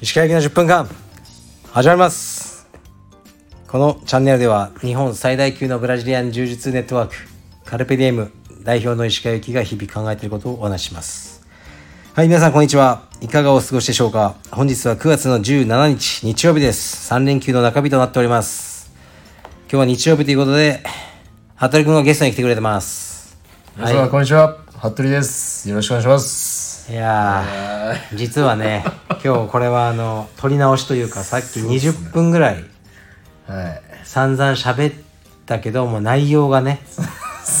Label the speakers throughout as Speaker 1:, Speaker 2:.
Speaker 1: 石川行きの10分間始まりますこのチャンネルでは日本最大級のブラジリアン柔術ネットワークカルペディエム代表の石川行きが日々考えていることをお話ししますはい皆さんこんにちはいかがお過ごしでしょうか本日は9月の17日日曜日です3連休の中日となっております今日は日曜日ということで服部君がゲストに来てくれてます
Speaker 2: 皆様、こんにちは。服部です。よろしくお願いします。
Speaker 1: いやー実はね今日これはあの撮り直しというかさっき20分ぐらい
Speaker 2: はい。
Speaker 1: 散々喋ったけども内容がね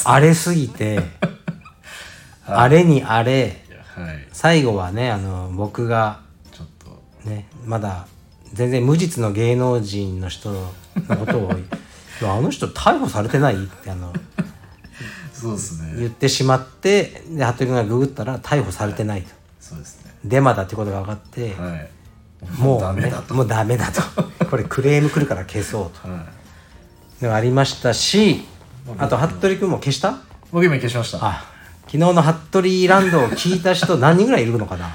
Speaker 1: 荒れすぎて荒れに荒れ
Speaker 2: はい。
Speaker 1: 最後はねあの僕が
Speaker 2: ちょっと。
Speaker 1: ねまだ全然無実の芸能人の人のことをいやあの人逮捕されてないってあの
Speaker 2: そうですね。
Speaker 1: 言ってしまってで服部君がググったら逮捕されてないと
Speaker 2: そうですね。
Speaker 1: デマだってことが分かって、
Speaker 2: はい。
Speaker 1: もう
Speaker 2: ダメだ
Speaker 1: ともうダメだとこれクレーム来るから消そうと
Speaker 2: はい。
Speaker 1: のがありましたしあと服部君も消した
Speaker 2: 僕今消しました。
Speaker 1: あ昨日の服部ランドを聞いた人何人ぐらいいるのかない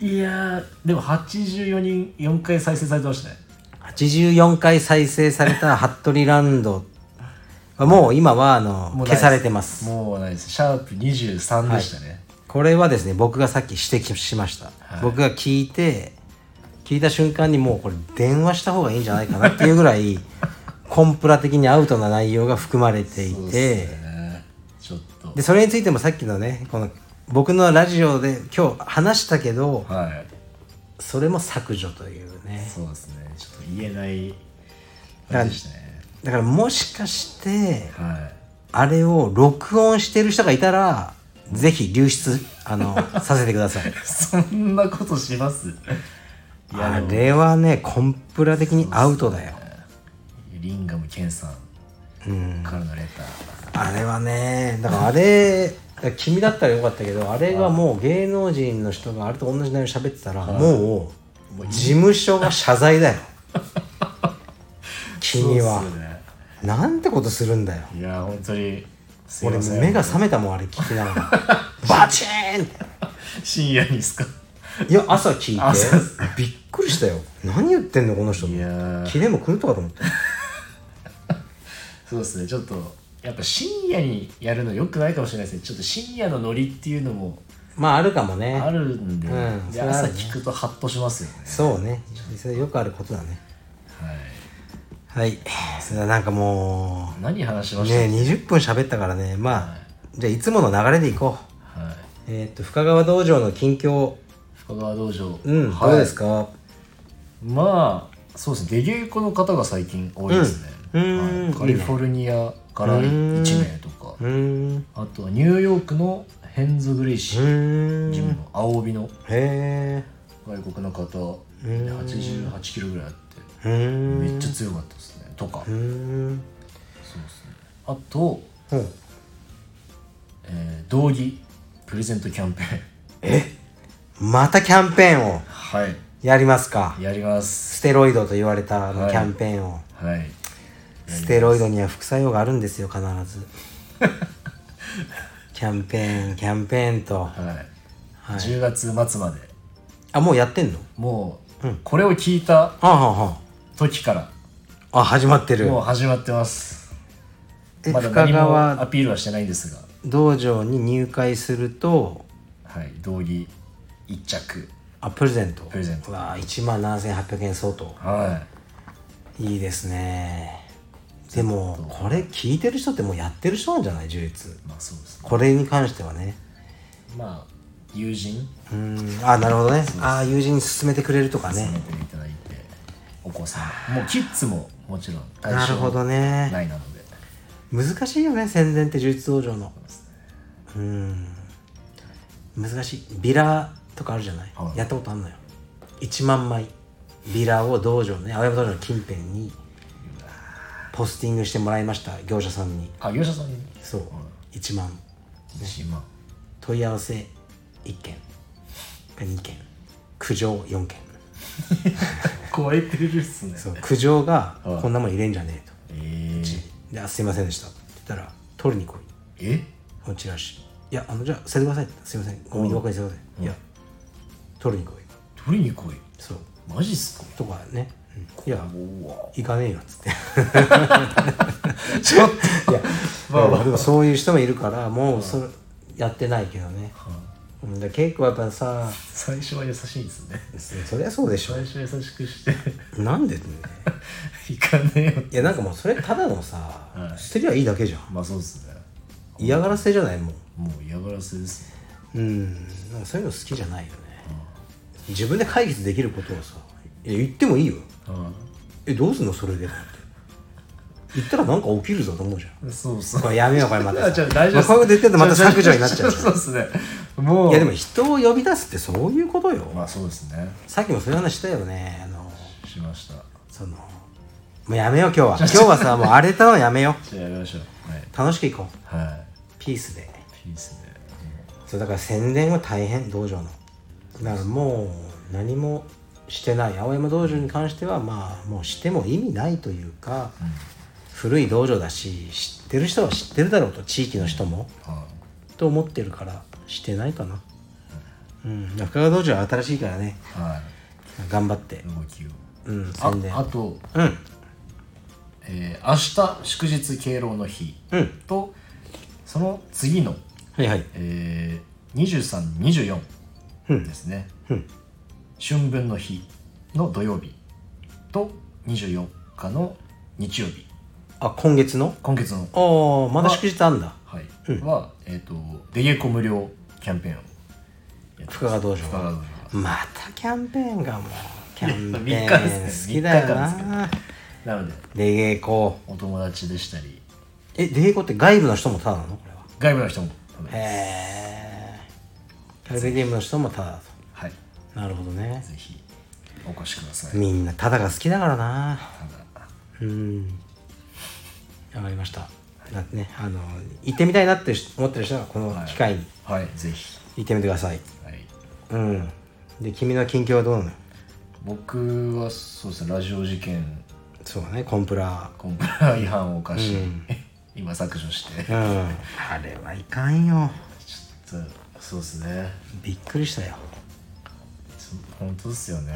Speaker 2: やー、でも84人、4回再生されてましたね。
Speaker 1: 84回再生された服部ランドはもう今はあの
Speaker 2: も
Speaker 1: 消
Speaker 2: うないです
Speaker 1: されてます
Speaker 2: もうないです。シャープ23でしたね。
Speaker 1: これはですね僕がさっき指摘しました、僕が聞いて聞いた瞬間にもうこれ電話した方がいいんじゃないかなっていうぐらいコンプラ的にアウトな内容が含まれていて
Speaker 2: ねちょっと。
Speaker 1: でそれについてもさっきのねこの僕のラジオで今日話したけど
Speaker 2: はい。
Speaker 1: それも削除というね
Speaker 2: そうですね。ちょっと言えない
Speaker 1: だ
Speaker 2: 感じでしたね。
Speaker 1: だからもしかして
Speaker 2: は
Speaker 1: あれを録音してる人がいたらぜひ流出あ のさせてください
Speaker 2: い。そんなことしますいや、
Speaker 1: あ
Speaker 2: でも
Speaker 1: れはねコンプラ的にアウトだよ
Speaker 2: リンガムケンさんからのレター。
Speaker 1: あれはねだからあれだから君だったらよかったけどあれがもう芸能人の人があれと同じ内容喋ってたらもう事務所が謝罪 だよ君は
Speaker 2: そうっすよね
Speaker 1: なんてことするんだよ
Speaker 2: いや本当にすい
Speaker 1: 俺
Speaker 2: ません
Speaker 1: 目が覚めたもんあれ聞きなが らバチーンって
Speaker 2: 深夜にですか
Speaker 1: いや朝聞いて
Speaker 2: 朝っす
Speaker 1: びっくりしたよ何言ってんのこの人
Speaker 2: いやー
Speaker 1: キレも来るとかと思って
Speaker 2: そうですねちょっとやっぱ深夜にやるのよくないかもしれないですねちょっと深夜のノリっていうのも
Speaker 1: まああるかもね
Speaker 2: あるんで,で、
Speaker 1: うんそれはあ
Speaker 2: 朝
Speaker 1: るね
Speaker 2: 聞くとハッとしますよね
Speaker 1: そうねそれよくあることだね
Speaker 2: は
Speaker 1: は
Speaker 2: い
Speaker 1: いそれはなんかもう
Speaker 2: 何話しました
Speaker 1: ね
Speaker 2: っけ
Speaker 1: 20分喋ったからねまあ、
Speaker 2: はい
Speaker 1: じゃあいつもの流れでいこう
Speaker 2: はい
Speaker 1: えーっ、と深川道場の近況
Speaker 2: 深川道場
Speaker 1: うん、
Speaker 2: はい、
Speaker 1: どうですか
Speaker 2: まあそうですね出稽古の方が最近多いです
Speaker 1: うん
Speaker 2: ね、
Speaker 1: う
Speaker 2: は
Speaker 1: ん
Speaker 2: い、カリフォルニアから1名とか
Speaker 1: うーん
Speaker 2: あとはニューヨークのヘンズ・グレイシ
Speaker 1: う
Speaker 2: ー
Speaker 1: ーん
Speaker 2: ジムの青帯の
Speaker 1: へ
Speaker 2: 外国の方88キロぐらいあって
Speaker 1: えうーん
Speaker 2: めっちゃ強かったですねとかそう
Speaker 1: う
Speaker 2: で
Speaker 1: ーん
Speaker 2: すねあと、
Speaker 1: ほう
Speaker 2: えー道着プレゼントキャンペーン
Speaker 1: またキャンペーンを
Speaker 2: はい
Speaker 1: やりますか
Speaker 2: やります
Speaker 1: ステロイドと言われたあの
Speaker 2: はい
Speaker 1: キャンペーンを、
Speaker 2: はい
Speaker 1: ステロイドには副作用があるんですよ必 ずキャンペーンキャンペーンと
Speaker 2: はい、
Speaker 1: はい
Speaker 2: 10月末まで
Speaker 1: あもうやってんの
Speaker 2: もう、これを聞いた
Speaker 1: はあはあは
Speaker 2: 時から
Speaker 1: ああ始まってる
Speaker 2: もう始まってます
Speaker 1: え
Speaker 2: まだ
Speaker 1: 深
Speaker 2: 何も
Speaker 1: 川
Speaker 2: アピールはしてないんですが
Speaker 1: 道場に入会すると
Speaker 2: はい道着1着
Speaker 1: あプレゼント
Speaker 2: プレゼント
Speaker 1: わあ1万7800円相当
Speaker 2: はい
Speaker 1: いいですねでもこれ聞いてる人ってもうやってる人なんじゃない充実
Speaker 2: まあそうですね
Speaker 1: これに関してはね
Speaker 2: まあ友人
Speaker 1: うーんあなるほどねああ友人に勧めてくれるとか
Speaker 2: 勧め
Speaker 1: ね
Speaker 2: ていただいてお子さんもうキッズももちろん対
Speaker 1: なる
Speaker 2: 象
Speaker 1: ほどね
Speaker 2: ないなので
Speaker 1: 難しいよね宣伝って充実道場のうーん難しいビラとかあるじゃない、
Speaker 2: はい
Speaker 1: やったことあんのよ1万枚ビラを道場ね青山道場の近辺にポスティングしてもらいました業者さんに
Speaker 2: あ業者さんに
Speaker 1: そう、1万
Speaker 2: 1万
Speaker 1: 問い合わせ1件2件苦情4件
Speaker 2: 超えてるっすね
Speaker 1: そう苦情が
Speaker 2: はい
Speaker 1: こんなもん入れんじゃねえ
Speaker 2: えー、
Speaker 1: とであ「すいませんでした」って言ったら「取りに来い」
Speaker 2: え
Speaker 1: このチラシいやあのじゃあ捨ててくださいすいませんゴミ箱に捨ててください、いや取りに来い
Speaker 2: 取りに来い
Speaker 1: そう
Speaker 2: マジっすか
Speaker 1: とかね、うんいや
Speaker 2: うわ
Speaker 1: 行かねえよっつって
Speaker 2: ちょっと
Speaker 1: いや
Speaker 2: まあまあ
Speaker 1: でもそういう人もいるからもうそれやってないけどね、うん、だから結構やっぱさ
Speaker 2: 最初は優しいんですね
Speaker 1: そりゃそうでしょ
Speaker 2: 最初は優しくして
Speaker 1: なんでね
Speaker 2: いかねえよ
Speaker 1: いやなんかもうそれただのさ、
Speaker 2: はい
Speaker 1: 捨てりゃいいだけじゃん
Speaker 2: まあそうですね
Speaker 1: 嫌がらせじゃないも
Speaker 2: もう嫌がらせですね
Speaker 1: ううんなんかそういうの好きじゃないよね自分で解決できることをさいや言ってもいいよえどうすんのそれでって言ったらなんか起きるぞと思うじゃ ん
Speaker 2: うんそうそう
Speaker 1: これやめようこれまた
Speaker 2: あじゃあ大丈夫
Speaker 1: まあこういうこと言ってるとまた削除になっちゃう
Speaker 2: じそうですねもう
Speaker 1: いやでも人を呼び出すってそういうことよ、
Speaker 2: まあそうですね
Speaker 1: さっきもそういう話したよねあの
Speaker 2: しました
Speaker 1: そのもうやめよう今日は今日はさもう荒れたのやめよ
Speaker 2: じゃあやりましょう
Speaker 1: う楽しくいこう
Speaker 2: はいはい
Speaker 1: ピースで
Speaker 2: ピースで
Speaker 1: そうだから宣伝は大変道場のだからもう何もしてない青山道場に関してはまあもうしても意味ないというか、古い道場だし知ってる人は知ってるだろうと地域の人も、
Speaker 2: は
Speaker 1: と思ってるからしてないかなうん中川道場は新しいからね
Speaker 2: いは
Speaker 1: 頑張って
Speaker 2: い動きを
Speaker 1: うん
Speaker 2: あ
Speaker 1: 宣伝
Speaker 2: あと
Speaker 1: うん
Speaker 2: えー明日祝日敬老の日
Speaker 1: うん
Speaker 2: とその次の、
Speaker 1: はいはい
Speaker 2: えー、2324ですね、
Speaker 1: うん
Speaker 2: 春分の日の土曜日と24日の日曜日
Speaker 1: あ今月の
Speaker 2: 今月の、
Speaker 1: ああまだ祝日あんだ
Speaker 2: はいは、えっと出稽古無料キャンペーンを
Speaker 1: 深川道場
Speaker 2: 深川道
Speaker 1: またキャンペーンがもうキャンペ
Speaker 2: いや三日
Speaker 1: ーン
Speaker 2: です
Speaker 1: 好
Speaker 2: ね
Speaker 1: きだよ
Speaker 2: 三日間
Speaker 1: な
Speaker 2: 場なので
Speaker 1: 出稽古
Speaker 2: お友達でしたり
Speaker 1: え出稽古って外部の人もただなのこれは
Speaker 2: 外部の人も多分
Speaker 1: へえカルペディウムの人もただだ
Speaker 2: はい
Speaker 1: となるほどね
Speaker 2: ぜひお越しください、
Speaker 1: みんなただが好きだからな
Speaker 2: ただ
Speaker 1: うんわかりましただってねあの行ってみたいなって思ってる人はこの機会に
Speaker 2: はいぜひ、
Speaker 1: 行ってみてください、
Speaker 2: はい、
Speaker 1: うんで君の近況はどうなの
Speaker 2: 僕はそうですねラジオ事件
Speaker 1: そうだねコンプラ
Speaker 2: コンプラ違反を犯し、今削除して
Speaker 1: う
Speaker 2: ち
Speaker 1: んあれはいかんよ
Speaker 2: ょっとそうですね
Speaker 1: びっくりしたよ
Speaker 2: そ本当ですよね、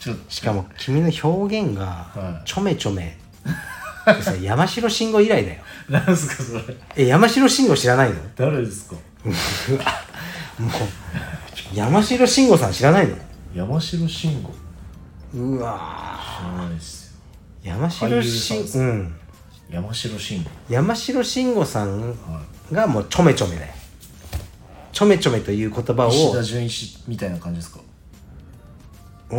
Speaker 2: ちょっと
Speaker 1: しかも君の表現が
Speaker 2: は
Speaker 1: ちょめちょめ、でさ山城慎吾以来だよ
Speaker 2: 何ですかそれ
Speaker 1: え山城慎吾知らないのも
Speaker 2: 誰ですか
Speaker 1: う山城慎吾さん知らないの
Speaker 2: 山城慎吾知
Speaker 1: うわ
Speaker 2: らないですよ
Speaker 1: ー山城慎
Speaker 2: 俳優さ
Speaker 1: 吾うん
Speaker 2: 山城慎吾
Speaker 1: 山城慎吾さん
Speaker 2: は
Speaker 1: がもうちょめちょめだよちょめちょめという言葉
Speaker 2: い石田
Speaker 1: を
Speaker 2: 純一みたいな感じですか
Speaker 1: う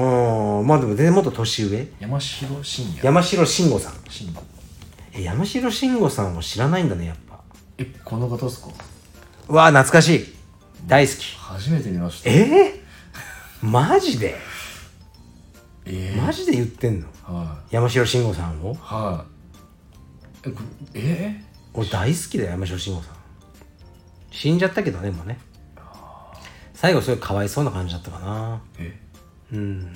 Speaker 1: んまあでも全然もっと年上
Speaker 2: 山城慎也
Speaker 1: 山城慎吾さん
Speaker 2: 慎吾
Speaker 1: え山城慎吾さんを知らないんだねやっぱ
Speaker 2: えこの方ですか
Speaker 1: うわあ懐かしい大好き
Speaker 2: 初めて見ました
Speaker 1: えー、マジで
Speaker 2: えー
Speaker 1: マジで言ってんの
Speaker 2: は
Speaker 1: 山城慎吾さんを
Speaker 2: いはいえこえ
Speaker 1: 俺大好きだよ山城慎吾さん死んじゃったけどねもうね最後すごいかわいそうな感じだったかな
Speaker 2: え
Speaker 1: うん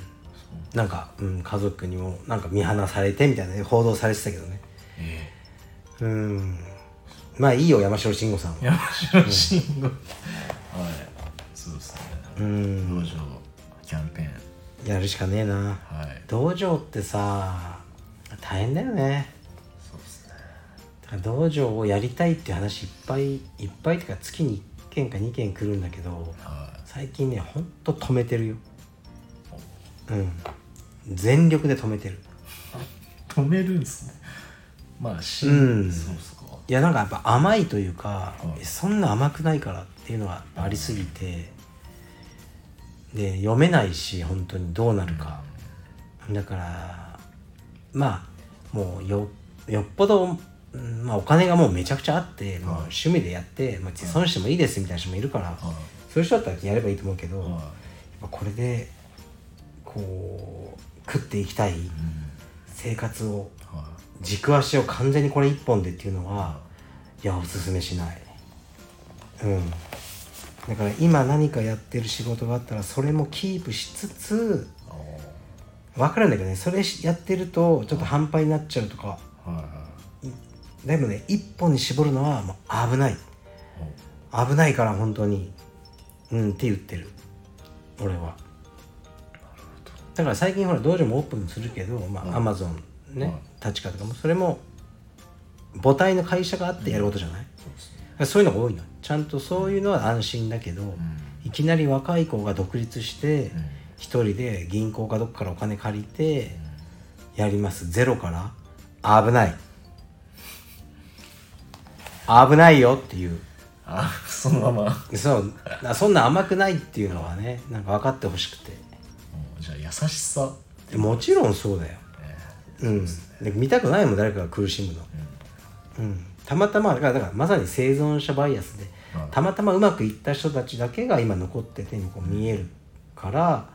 Speaker 1: なんか、うん、家族にもなんか見放されてみたいなね報道されてたけどね
Speaker 2: え
Speaker 1: うんまあいいよ山城慎吾さんは
Speaker 2: 山城慎吾はいそうですね
Speaker 1: うん
Speaker 2: 道場キャンペーン
Speaker 1: やるしかねえな
Speaker 2: はい
Speaker 1: 道場ってさ大変だよね
Speaker 2: そうですね
Speaker 1: だから道場をやりたいって話いっぱいいっぱいっていうか月に1件か2件来るんだけど
Speaker 2: はい
Speaker 1: 最近ねほんと止めてるようん全力で止めてる
Speaker 2: 止めるんですねまあし、
Speaker 1: うん
Speaker 2: そうっすか
Speaker 1: いやなんかやっぱ甘いというか、
Speaker 2: うん
Speaker 1: そんな甘くないからっていうのがありすぎてで読めないし本当にどうなるかだからまあもうよよっぽど、うんまあ、お金がもうめちゃくちゃあって、もう趣味でやって、まあ、損してもいいですみたいな人もいるから、
Speaker 2: は
Speaker 1: そういう人だったらやればいいと思うけど、
Speaker 2: い
Speaker 1: やっ
Speaker 2: は
Speaker 1: ぱこれでこう食っていきたい
Speaker 2: い、うん
Speaker 1: 生活を
Speaker 2: は
Speaker 1: 軸足を完全にこれ一本でっていうのはいやおすすめしないうんだから今何かやってる仕事があったらそれもキープしつつ
Speaker 2: いあー
Speaker 1: 分かるんだけどねそれやってるとちょっと半端になっちゃうとか
Speaker 2: はいはい
Speaker 1: でもね一本に絞るのはもう危ない危ないから本当にうんって言ってる俺はだから最近ほら道場もオープンするけど、まあ、アマゾン
Speaker 2: はい
Speaker 1: ね、立川とかもそれも母体の会社があってやることじゃない、
Speaker 2: そうですね
Speaker 1: そういうのが多いのちゃんとそういうのは安心だけど、いきなり若い子が独立して
Speaker 2: ん
Speaker 1: 一、人で銀行かどっかからお金借りてやりますゼロから危ない危ないよっていう
Speaker 2: あそのまま、
Speaker 1: そうあそんな甘くないっていうのはねなんか分かってほしくて
Speaker 2: うんじゃあ優しさ、
Speaker 1: でもちろんそうだよ
Speaker 2: え
Speaker 1: うん、で見たくないもん誰かが苦しむの、うんたまたまだからだからまさに生存者バイアスで、
Speaker 2: うん
Speaker 1: たまたまうまくいった人たちだけが今残っててこう見えるから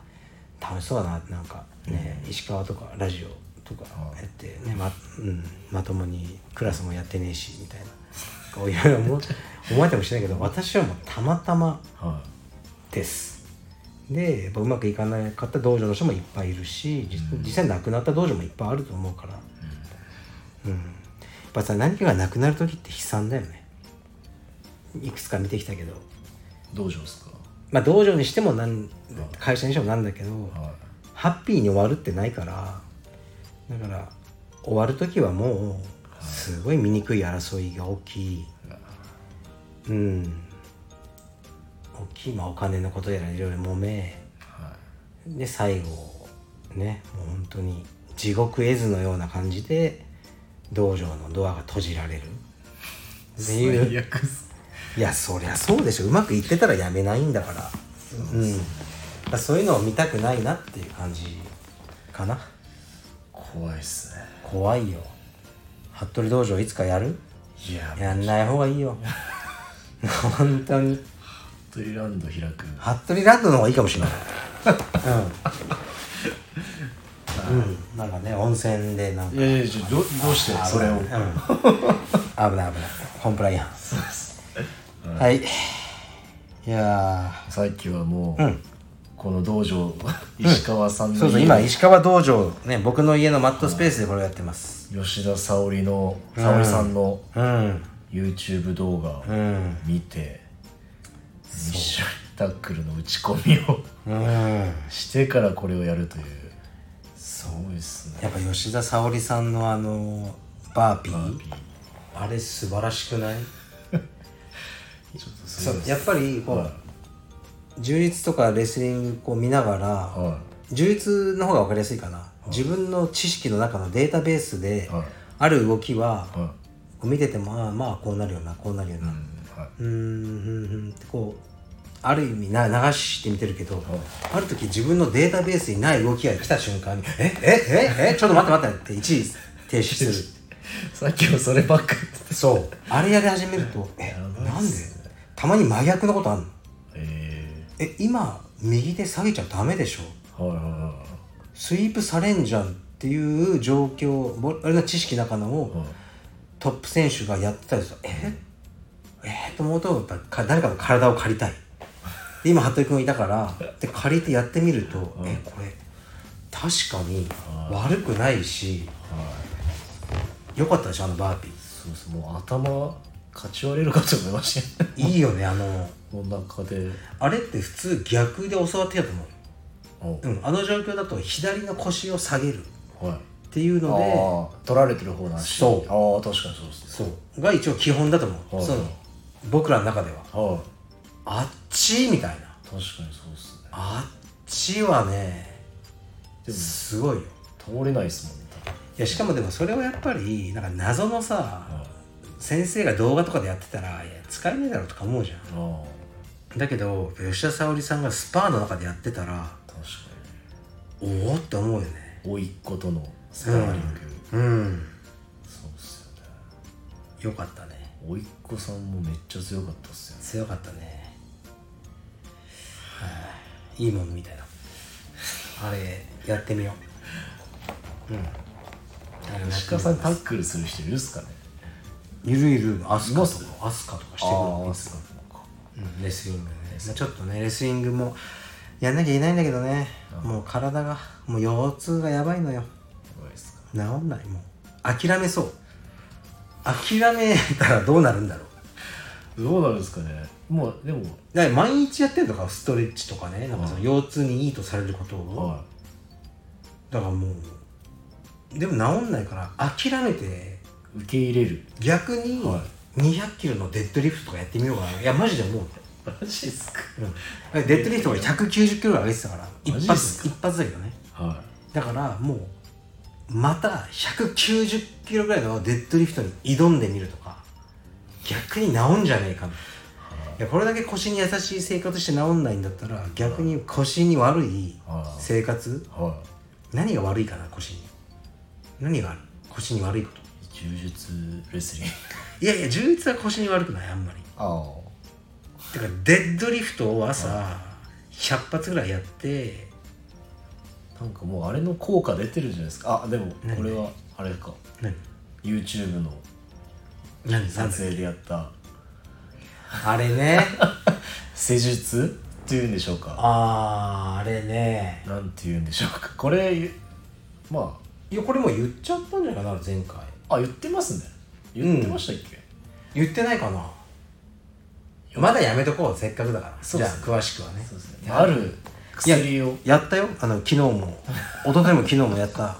Speaker 1: 楽しそうだななんかね、石川とかラジオとか
Speaker 2: うん
Speaker 1: やって、ねまうん、まともにクラスもやってねえしみたいなこういろいろ思う思えてもしないけど私はもうたまたま
Speaker 2: は
Speaker 1: ですでやっぱうまくいかなかった道場の人もいっぱいいるし実実際亡くなった道場もいっぱいあると思うから、うんやっぱさ何かがなくなる時って悲惨だよねいくつか見てきたけど
Speaker 2: い、どうしますか、
Speaker 1: まあ道場にしてもなん会社にしてもなんだけど、
Speaker 2: は
Speaker 1: ハッピーに終わるってないからだから終わる時はもうすごい醜い争いが大きいうん大きい、まあ、お金のことやらいろいろ揉め
Speaker 2: いは
Speaker 1: で最後ねもう本当に地獄絵図のような感じで道場のドアが閉じられるっ
Speaker 2: い、
Speaker 1: ていう
Speaker 2: 最悪っす
Speaker 1: いやそりゃそうでしょうまくいってたらやめないんだからそう,、ん、だからそういうのを見たくないなっていう感じかな
Speaker 2: 怖いっすね
Speaker 1: 怖いよ服部道場いつかやる
Speaker 2: いや
Speaker 1: やんない方がいいよ本当に
Speaker 2: トリランド開く
Speaker 1: 服部ランドの方がいいかもしれないうん、うん、なんかね温泉でなんか
Speaker 2: いやいやじゃあどどうしてそれを
Speaker 1: うん、危ない危ないコンプライアンスはいいや
Speaker 2: さっきはもう、
Speaker 1: うん
Speaker 2: この道場石川さん
Speaker 1: ー
Speaker 2: に
Speaker 1: そうそう今石川道場ね僕の家のマットスペースでこれをやってます
Speaker 2: 吉田沙保里の沙保里さんの
Speaker 1: うん
Speaker 2: YouTube 動画を
Speaker 1: ん
Speaker 2: 見て、ミッションタックルの打ち込みを
Speaker 1: うん
Speaker 2: してからこれをやるという
Speaker 1: そ
Speaker 2: すごいっすね
Speaker 1: やっぱ吉田沙保里さんのあのバーピーあれ素晴らしくない
Speaker 2: ちょっとす
Speaker 1: そ
Speaker 2: ごいう
Speaker 1: やっぱりこう、充実とかレスリングこう見ながら、
Speaker 2: は
Speaker 1: 充実の方が分かりやすいかな、自分の知識の中のデータベースで、
Speaker 2: はい、
Speaker 1: ある動きはい
Speaker 2: はい
Speaker 1: 見ててもああまあこうなるよなこうなるよ
Speaker 2: う
Speaker 1: な、
Speaker 2: んはい、
Speaker 1: うーんうんうんってこうある意味な流して見てるけど、ある時自分のデータベースにない動きが来た瞬間に「ええええちょっと待って待って」って一時停止する
Speaker 2: さっきもそればっかり言って た
Speaker 1: そうあれやり始めると「えなんで?」たまに真逆のことあるの
Speaker 2: え
Speaker 1: 「え今右手下げちゃダメでしょ
Speaker 2: ー、はいはいはい
Speaker 1: スイープされんじゃん」っていう状況ぼ俺の知識の中のを、
Speaker 2: はい
Speaker 1: トップ選手がやってたりするとええーと思うとやっぱか誰かの体を借りたいで今服部君いたからで借りてやってみると、えこれ確かに悪くないし良かったでしょあのバーピ
Speaker 2: そうですもう頭かち割れるかと思いましたね
Speaker 1: ーいいよねあの
Speaker 2: この中で
Speaker 1: あれって普通逆で教わってやと思
Speaker 2: お
Speaker 1: う、うん、あの状況だと左の腰を下げるっ
Speaker 2: はい
Speaker 1: ていうので
Speaker 2: ああ取られてる方なし
Speaker 1: そう
Speaker 2: ああ確かにそうですね
Speaker 1: そうが一応基本だと思う、
Speaker 2: はい
Speaker 1: その僕らの中では
Speaker 2: はい
Speaker 1: あっちみたいな
Speaker 2: 確かにそうですね
Speaker 1: あっちはね
Speaker 2: でも
Speaker 1: すごいよ
Speaker 2: 通れないですもんね
Speaker 1: いやしかもでもそれはやっぱりなんか謎のさ
Speaker 2: あ
Speaker 1: 先生が動画とかでやってたらいや使えねえだろうとか思うじゃん
Speaker 2: あー
Speaker 1: だけど吉田沙保里さんがスパーの中でやってたら
Speaker 2: 確か
Speaker 1: おおって思うよね
Speaker 2: に甥いっ子とのスパーリング、
Speaker 1: うん
Speaker 2: そうっすよね
Speaker 1: よかったね
Speaker 2: 甥いっ子さんもめっちゃ強かったっすよね
Speaker 1: 強かったねはいいいものみたいなあれやってみよううんあれやって
Speaker 2: 鹿さんタックルする人いるっすかね
Speaker 1: みいるいるアスカとかアスカとかしてくる
Speaker 2: あそうか
Speaker 1: うんレスリングね、まあ、ちょっとねレスリングもやんなきゃいけないんだけどねもう体がもう腰痛がやばいのよ
Speaker 2: やばいっすか
Speaker 1: 治んないもう諦めそう諦めたらどうなるんだろう
Speaker 2: どうなるんですかねもうでも
Speaker 1: だから毎日やってるのかストレッチとかねなんかその腰痛にいいとされることを
Speaker 2: は
Speaker 1: だからもうでも治んないから諦めて
Speaker 2: 受け入れる
Speaker 1: 逆に
Speaker 2: は
Speaker 1: 200キロのデッドリフトとかやってみようかないやマジで思う
Speaker 2: マジっすか
Speaker 1: デッドリフトが190キロ上げてたから
Speaker 2: マ
Speaker 1: 一
Speaker 2: ジっす
Speaker 1: 発
Speaker 2: か
Speaker 1: 一発だけどね
Speaker 2: は
Speaker 1: だからもうまた190キロぐらいのデッドリフトに挑んでみるとか逆に治んじゃねえかみたいないやこれだけ腰に優しい生活して治んないんだったら逆に腰に悪い
Speaker 2: はい
Speaker 1: 生活
Speaker 2: いは
Speaker 1: 何が悪いかな腰に何がある腰に悪いこと
Speaker 2: い柔術レスリング
Speaker 1: いやいや充実は腰に悪くないあんまり
Speaker 2: ああ
Speaker 1: だからデッドリフトを朝100発ぐらいやって
Speaker 2: なんかもうあれの効果出てるじゃないですかあでも
Speaker 1: 何
Speaker 2: これはあれか
Speaker 1: 何
Speaker 2: YouTube の
Speaker 1: 何何
Speaker 2: 撮影でやった
Speaker 1: あれ ね
Speaker 2: 施術っていうんでしょうか
Speaker 1: あああれね
Speaker 2: なんて言うんでしょうかこれま
Speaker 1: いやこれもう言っちゃったんじゃないかな前回
Speaker 2: ああ言ってますね言ってましたっけ、
Speaker 1: 言ってないかなまだやめとこうせっかくだから
Speaker 2: そうっすね
Speaker 1: じゃあ詳しくはね
Speaker 2: そうですねある薬を
Speaker 1: やったよあの昨日 も一昨日も昨日もやった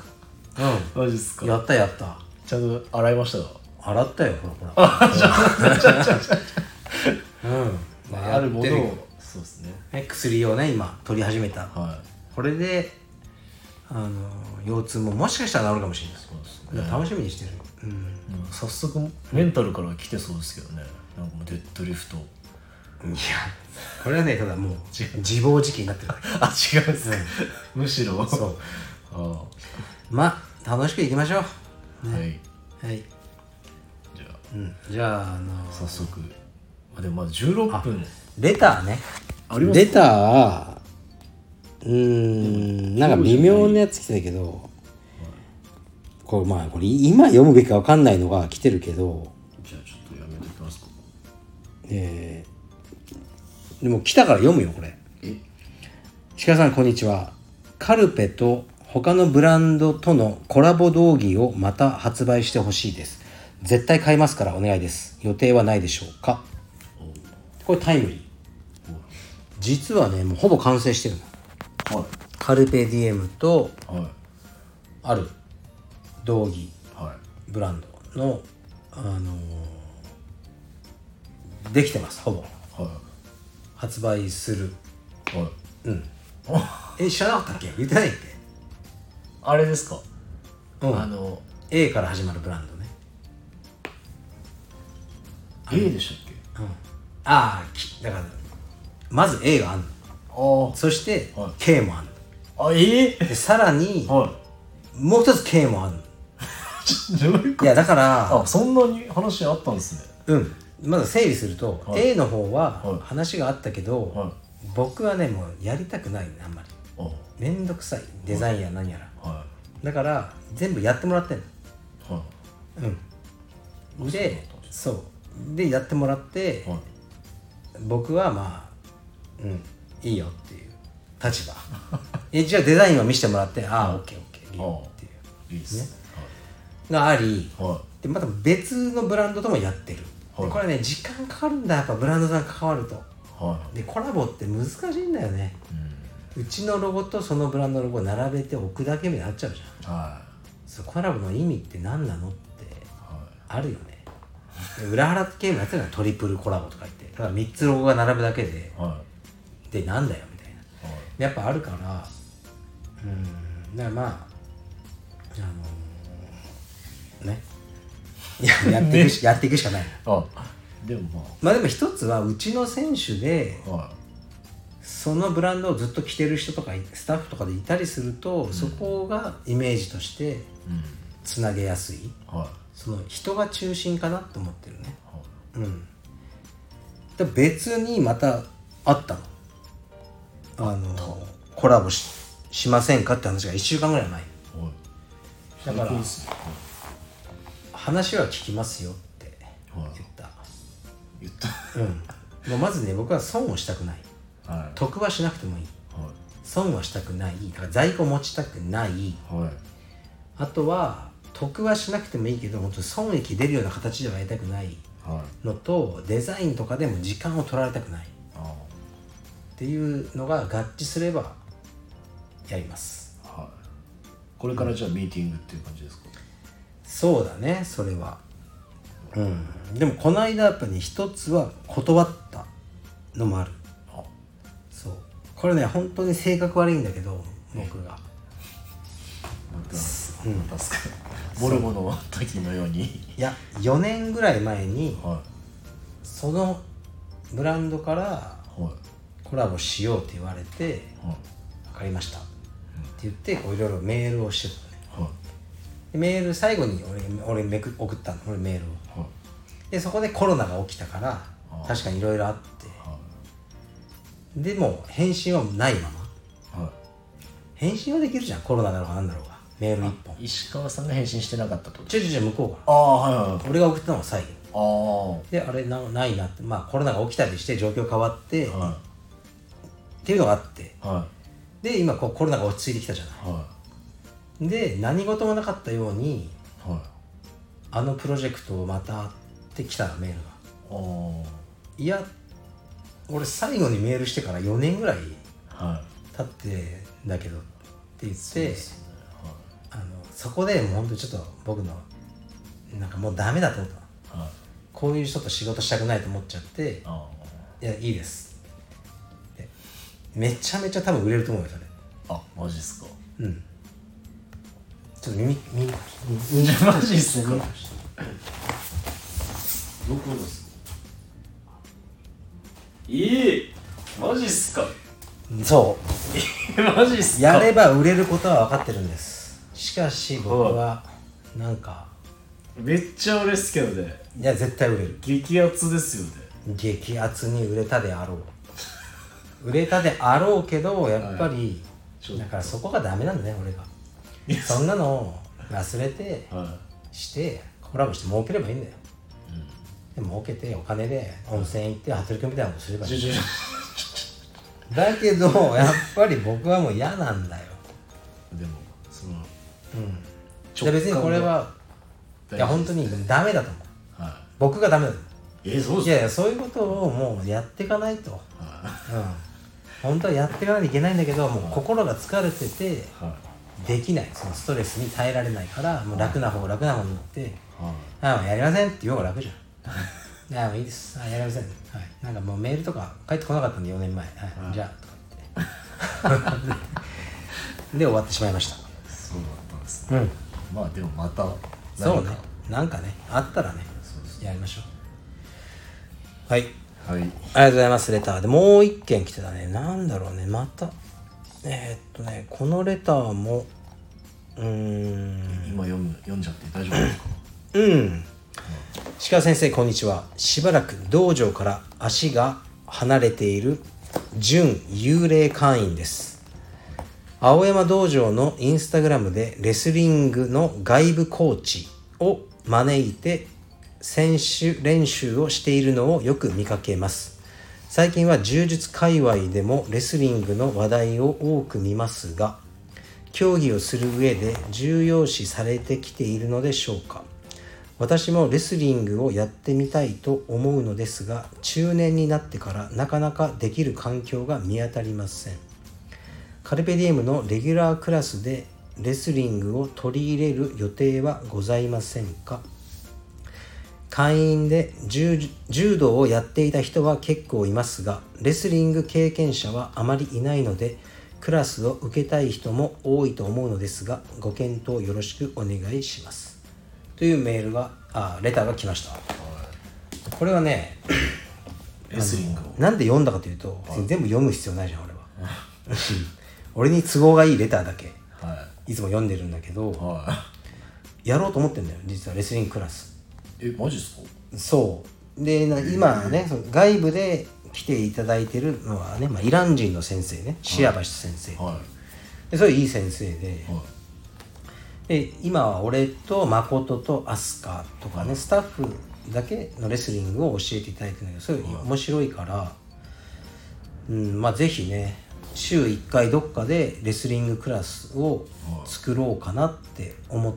Speaker 1: う
Speaker 2: マジです
Speaker 1: ん
Speaker 2: か
Speaker 1: やったやった
Speaker 2: ちゃんと洗いましたか
Speaker 1: 洗ったよほらほら うんま
Speaker 2: あるも
Speaker 1: やっ
Speaker 2: の
Speaker 1: てよ
Speaker 2: をそうですね
Speaker 1: ね薬をね今取り始めた
Speaker 2: は
Speaker 1: これであの腰痛ももしかしたら治るかもしれない
Speaker 2: いそうですね
Speaker 1: だから楽しみにしてる、うん、
Speaker 2: うん早速メンタルから来てそうですけどねなんかもうデッドリフト
Speaker 1: いやこれはねただもう自暴自棄になってるだけ
Speaker 2: あ違うんですか、むしろ
Speaker 1: そう
Speaker 2: あ
Speaker 1: まあ楽しくいきましょ
Speaker 2: あ、はい
Speaker 1: うんはい、
Speaker 2: じゃあ
Speaker 1: うん、じゃああの
Speaker 2: 早速あでもまだ16分
Speaker 1: レターね
Speaker 2: あります
Speaker 1: レターはうーんなんか微妙なやつ来てたけどこれまあこれ今読むべきか分かんないのが来てるけど
Speaker 2: じゃあちょっとやめておきますか
Speaker 1: えーでも来たから読むよこれ
Speaker 2: え
Speaker 1: 鹿さんこんにちはカルペと他のブランドとのコラボ道着をまた発売してほしいです絶対買いますからお願いです予定はないでしょうかこれタイムリー実はねもうほぼ完成してるの
Speaker 2: は
Speaker 1: カルペディエムと
Speaker 2: いはい
Speaker 1: ある道着
Speaker 2: は
Speaker 1: ブランドのあのーできてますほぼ
Speaker 2: いは
Speaker 1: 発売する
Speaker 2: いはい
Speaker 1: うんえ知らなかったっけ言ってないっけ
Speaker 2: あれですか、
Speaker 1: うん
Speaker 2: あの
Speaker 1: A から始まるブランドね
Speaker 2: A でしたっけ
Speaker 1: うんああきだからまず A があんの
Speaker 2: あ
Speaker 1: そして
Speaker 2: はい
Speaker 1: K もあんの
Speaker 2: ああえ
Speaker 1: でさらに
Speaker 2: ー、はい
Speaker 1: もう一つ K もあんの
Speaker 2: どういう
Speaker 1: い
Speaker 2: こと
Speaker 1: やだから
Speaker 2: あそんなに話あったんですね
Speaker 1: うんまず整理すると、
Speaker 2: はい
Speaker 1: A の方
Speaker 2: はい
Speaker 1: は話があったけど、
Speaker 2: はい
Speaker 1: 僕はねもうやりたくないあんまり
Speaker 2: あ
Speaker 1: めんどくさいデザインや何やら
Speaker 2: は
Speaker 1: だから全部やってもらってんの
Speaker 2: いは
Speaker 1: うんでそうでやってもらって
Speaker 2: いはい
Speaker 1: 僕はまあうんいいよっていう立場 えじゃあデザインを見せてもらってああオッケーオッケーいいよってい
Speaker 2: いいっすね
Speaker 1: うがあり
Speaker 2: はいは
Speaker 1: でまた別のブランドともやってる、
Speaker 2: はい
Speaker 1: でこれね時間かかるんだやっぱブランドさん関わると
Speaker 2: いは
Speaker 1: でコラボって難しいんだよね
Speaker 2: いう
Speaker 1: う
Speaker 2: ん
Speaker 1: ちのロゴとそのブランドのロゴを並べて置くだけになっちゃうじゃん
Speaker 2: は
Speaker 1: そうコラボの意味って何なのって
Speaker 2: いは
Speaker 1: あるよねで裏腹ゲームやってるのはトリプルコラボとか言ってただ3つロゴが並ぶだけで
Speaker 2: いは
Speaker 1: でなんだよみたいない
Speaker 2: はい
Speaker 1: やっぱあるからうんだからまああのーねい ややっていくし、やっていくしかない
Speaker 2: あでも
Speaker 1: まあでも一つはうちの選手で
Speaker 2: まあは
Speaker 1: そのブランドをずっと着てる人とかいスタッフとかでいたりすると、そこがイメージとして
Speaker 2: いうん
Speaker 1: つなげやすい
Speaker 2: はい
Speaker 1: その人が中心かなと思ってるね
Speaker 2: は
Speaker 1: うんで別にまたあったのあのコラボししませんかって話が1週間ぐらい前
Speaker 2: いはい
Speaker 1: だから
Speaker 2: 最高っすね
Speaker 1: 話は聞きますよって
Speaker 2: はい
Speaker 1: 言った
Speaker 2: 言った
Speaker 1: うんもうまずね僕は損をしたくない
Speaker 2: はい
Speaker 1: 得はしなくてもいい
Speaker 2: はい
Speaker 1: 損はしたくないだから在庫持ちたくない
Speaker 2: はい
Speaker 1: あとは得はしなくてもいいけど本当に損益出るような形ではやりたくない
Speaker 2: はい
Speaker 1: のとデザインとかでも時間を取られたくないっ
Speaker 2: あ
Speaker 1: ていうのが合致すればやります
Speaker 2: はこれからじゃあミーティングっていう感じですか
Speaker 1: そうだねそれはうんでもこの間やっぱね一つは断ったのもある
Speaker 2: あ
Speaker 1: そうこれね本当に性格悪いんだけど僕が
Speaker 2: なんかなんですかボルボの時のように
Speaker 1: いや4年ぐらい前に
Speaker 2: は
Speaker 1: そのブランドから
Speaker 2: いは
Speaker 1: コラボしようって言われて
Speaker 2: いは
Speaker 1: 「分かりました」って言ってこういろいろメールをしてたのね
Speaker 2: いは
Speaker 1: でメール最後に俺俺めく送ったの俺メールを
Speaker 2: いはい
Speaker 1: でそこでコロナが起きたから
Speaker 2: あ
Speaker 1: 確かにいろいろあってでも返信はないまま
Speaker 2: は
Speaker 1: 返信はできるじゃんコロナだろうがなんだろうがメール1本
Speaker 2: い石川さんが返信してなかったってこと
Speaker 1: ちょいちょいちょい向こうか
Speaker 2: ああはいはいはい
Speaker 1: ら俺が送ったのが最後
Speaker 2: ああは
Speaker 1: であれなないなってまあコロナが起きたりして状況変わって、っ
Speaker 2: い
Speaker 1: ていうのがあって
Speaker 2: は
Speaker 1: で今こうコロナが落ち着いてきたじゃない
Speaker 2: はい
Speaker 1: いで何事もなかったように
Speaker 2: はい
Speaker 1: あのプロジェクトをまたってきたのメールが
Speaker 2: あ
Speaker 1: いや俺最後にメールしてから4年ぐらい
Speaker 2: あはい
Speaker 1: 経ってんだけどって言ってそ,、
Speaker 2: すね
Speaker 1: あのそこでもう本当にちょっと僕のなんかもうダメだと思ったの
Speaker 2: はいはい
Speaker 1: こういう人と仕事したくないと思っちゃって
Speaker 2: あ
Speaker 1: 「いやいいです」でめちゃめちゃ多分売れると思うよそれ
Speaker 2: ああマジっすか
Speaker 1: うんちょっと耳耳
Speaker 2: マジっすかどこですかええマジっすか
Speaker 1: 耳そ
Speaker 2: マジっす
Speaker 1: う
Speaker 2: か
Speaker 1: やれば売れることは分かってるんですしかし僕はなんか
Speaker 2: めっちゃ俺っすけどね
Speaker 1: いや絶対売れる
Speaker 2: 激アツですよね
Speaker 1: 激アツに売れたであろう売れたであろうけどやっぱり、
Speaker 2: ちょっと
Speaker 1: だからそこがダメなんだね俺がそんなの忘れて
Speaker 2: は
Speaker 1: してコラボして儲ければいいんだよ、で儲けてお金で温泉行って働くみたいなことすれば
Speaker 2: い
Speaker 1: い
Speaker 2: ちょ
Speaker 1: い
Speaker 2: ちょちょ
Speaker 1: だけどやっぱり僕はもう嫌なんだよ、
Speaker 2: でもその
Speaker 1: うん、
Speaker 2: 直
Speaker 1: で
Speaker 2: 感で
Speaker 1: 別にこれはいや本当にダメだと思う
Speaker 2: は
Speaker 1: 僕がダメだと思
Speaker 2: いえそう
Speaker 1: うい
Speaker 2: じゃ
Speaker 1: やいやそういうことをもうやっていかないと
Speaker 2: は
Speaker 1: うん本当はやっていかないといけないんだけどもう心が疲れてて
Speaker 2: いはい
Speaker 1: できないそのストレスに耐えられないからもう楽な方楽な方に行って
Speaker 2: はい
Speaker 1: 「ああやりません」って言う方が楽じゃん「 ああいいですあやりません」はいなんかもうメールとか返ってこなかったんで4年前、はい、じゃあとか言って で終わってしまいまし
Speaker 2: そうだったんです
Speaker 1: たうん
Speaker 2: まあでもまた何か
Speaker 1: そうねなんかねあったらね
Speaker 2: そうそ
Speaker 1: やりましょうはい
Speaker 2: うん
Speaker 1: あ
Speaker 2: はい
Speaker 1: りがとうございます、レターで。もう一件来てたね。なんだろうね、また。えーっとね、このレターも、うーん、
Speaker 2: 今読む読んじゃって大丈夫ですか
Speaker 1: うん。鹿先生、こんにちは。しばらく道場から足が離れている準幽霊会員です。青山道場のインスタグラムでレスリングの外部コーチを招いて選手練習をしているのをよく見かけます最近は柔術界隈でもレスリングの話題を多く見ますが競技をする上で重要視されてきているのでしょうか私もレスリングをやってみたいと思うのですが中年になってからなかなかできる環境が見当たりませんカルペディエムのレギュラークラスでレスリングを取り入れる予定はございませんか会員で柔柔道をやっていた人は結構いますがレスリング経験者はあまりいないのでクラスを受けたい人も多いと思うのですがご検討よろしくお願いしますというメールがあレターが来ましたこれはね
Speaker 2: レスリングを
Speaker 1: なんで読んだかというと別に全部読む必要ないじゃん俺は 俺に都合がいいレターだけ
Speaker 2: はい
Speaker 1: つも読んでるんだけど
Speaker 2: は
Speaker 1: やろうと思ってんだよ実はレスリングクラス
Speaker 2: いえマジっすか
Speaker 1: そうでな今ねその外部で来ていただいてるのはね、まあ、イラン人の先生ねシアバシ先生、
Speaker 2: は
Speaker 1: でそれいい先生で
Speaker 2: いは
Speaker 1: で今は俺と誠とアスカとかね、スタッフだけのレスリングを教えていただいてるんだけどそれ面白いから、うんまあ、ぜひね週1回どっかでレスリングクラスを作ろうかなって思っ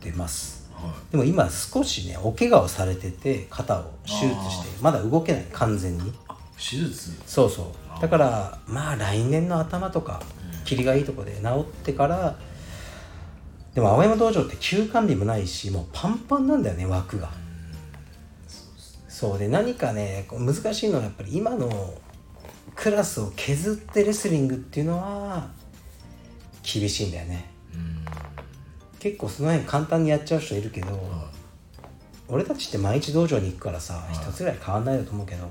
Speaker 1: てます、
Speaker 2: いは
Speaker 1: でも今少しねお怪我をされてて肩を手術してまだ動けない完全に
Speaker 2: い手術
Speaker 1: そうそうだからまあ来年の頭とか霧がいいとこで治ってからでも青山道場って休館日もないしもうパンパンなんだよね枠がそうで何かねこう難しいのはやっぱり今のクラスを削ってレスリングっていうのは厳しいんだよね
Speaker 2: うん
Speaker 1: 結構その辺簡単にやっちゃう人いるけど、
Speaker 2: は
Speaker 1: 俺たちって毎日道場に行くからさ
Speaker 2: い
Speaker 1: 一、つぐらい変わんないだと思うけど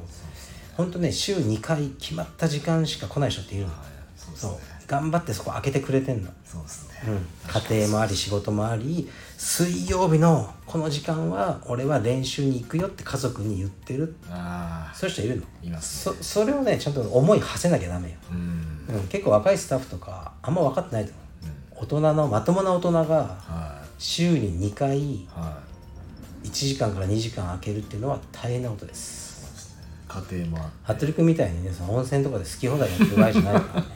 Speaker 1: ほんとね週2回決まった時間しか来ない人っているの、
Speaker 2: いそうです
Speaker 1: そう
Speaker 2: ね
Speaker 1: 頑張ってそこ開けてくれてんの、
Speaker 2: そうです
Speaker 1: う
Speaker 2: ね、
Speaker 1: ん、家庭もあり仕事もあり水曜日のこの時間は俺は練習に行くよって家族に言ってる
Speaker 2: ああ
Speaker 1: そういう人いるの
Speaker 2: います
Speaker 1: そそれをねちゃんと思い馳せなきゃダメよ、
Speaker 2: うん
Speaker 1: うん、結構若いスタッフとかあんま分かってないと思う大人のまともな大人が
Speaker 2: は
Speaker 1: 週に2回
Speaker 2: いは
Speaker 1: 1時間から2時間空けるっていうのは大変なことです
Speaker 2: い家庭もあ
Speaker 1: 服部君みたいにねその温泉とかで好き放題やってる場合じゃないからね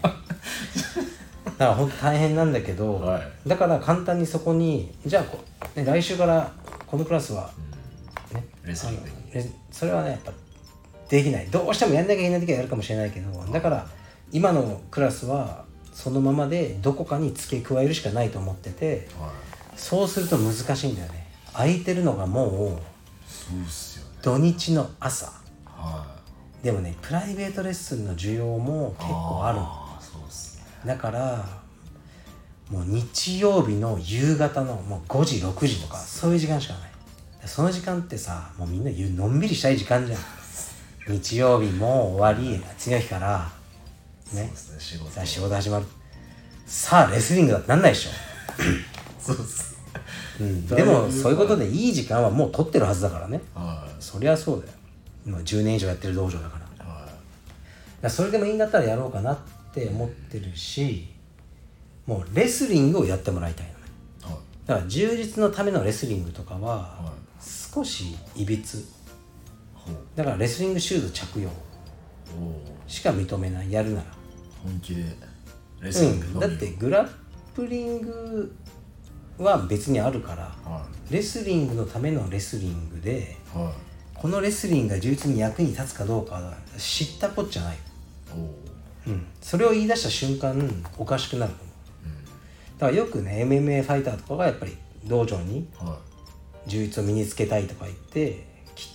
Speaker 1: だから本当大変なんだけど、
Speaker 2: はい
Speaker 1: だから簡単にそこにじゃあこう、ね、来週からこのクラスは、ね
Speaker 2: レスリングに
Speaker 1: あのレそれはねやっぱできないどうしてもやんなきゃいけない時はやるかもしれないけどだから今のクラスはそのままでどこかに付け加えるしかないと思ってて
Speaker 2: はい
Speaker 1: そうすると難しいんだよね空いてるのがもう
Speaker 2: そうっすよね
Speaker 1: 土日の朝
Speaker 2: は
Speaker 1: でもねプライベートレッスンの需要も
Speaker 2: い
Speaker 1: 結構あるの
Speaker 2: あーそうっすね
Speaker 1: だからもう日曜日の夕方のもう5時6時とかそういう時間しかないその時間ってさもうみんなゆのんびりしたい時間じゃ ん日曜日もう終わり次の日から
Speaker 2: そう
Speaker 1: ね
Speaker 2: ですね仕事
Speaker 1: さあ仕事始まるさあレスリングだってなんないでしょ、
Speaker 2: そうっす
Speaker 1: うん、でもそういうことでいい時間はもう取ってるはずだからね
Speaker 2: は
Speaker 1: そりゃそうだよ今10年以上やってる道場だから
Speaker 2: いは
Speaker 1: だからそれでもいいんだったらやろうかなって思ってるしもうレスリングをやってもらいたいのね
Speaker 2: いはい
Speaker 1: だから充実のためのレスリングとかは
Speaker 2: は
Speaker 1: 少しいびつ
Speaker 2: ほう
Speaker 1: だからレスリングシューズ着用
Speaker 2: おお
Speaker 1: しか認めないやるなら
Speaker 2: 本気でレス
Speaker 1: う
Speaker 2: リング
Speaker 1: ん
Speaker 2: の
Speaker 1: だ
Speaker 2: みを
Speaker 1: ってグラップリングは別にあるから
Speaker 2: は
Speaker 1: レスリングのためのレスリングで
Speaker 2: いは
Speaker 1: このレスリングが充実に役に立つかどうかは知ったこっちゃないよ
Speaker 2: いおお
Speaker 1: うん、それを言い出した瞬間おかしくなると思うだからよくね MMA ファイターとかがやっぱり道場に
Speaker 2: うんは
Speaker 1: 充実を身につけたいとか言ってき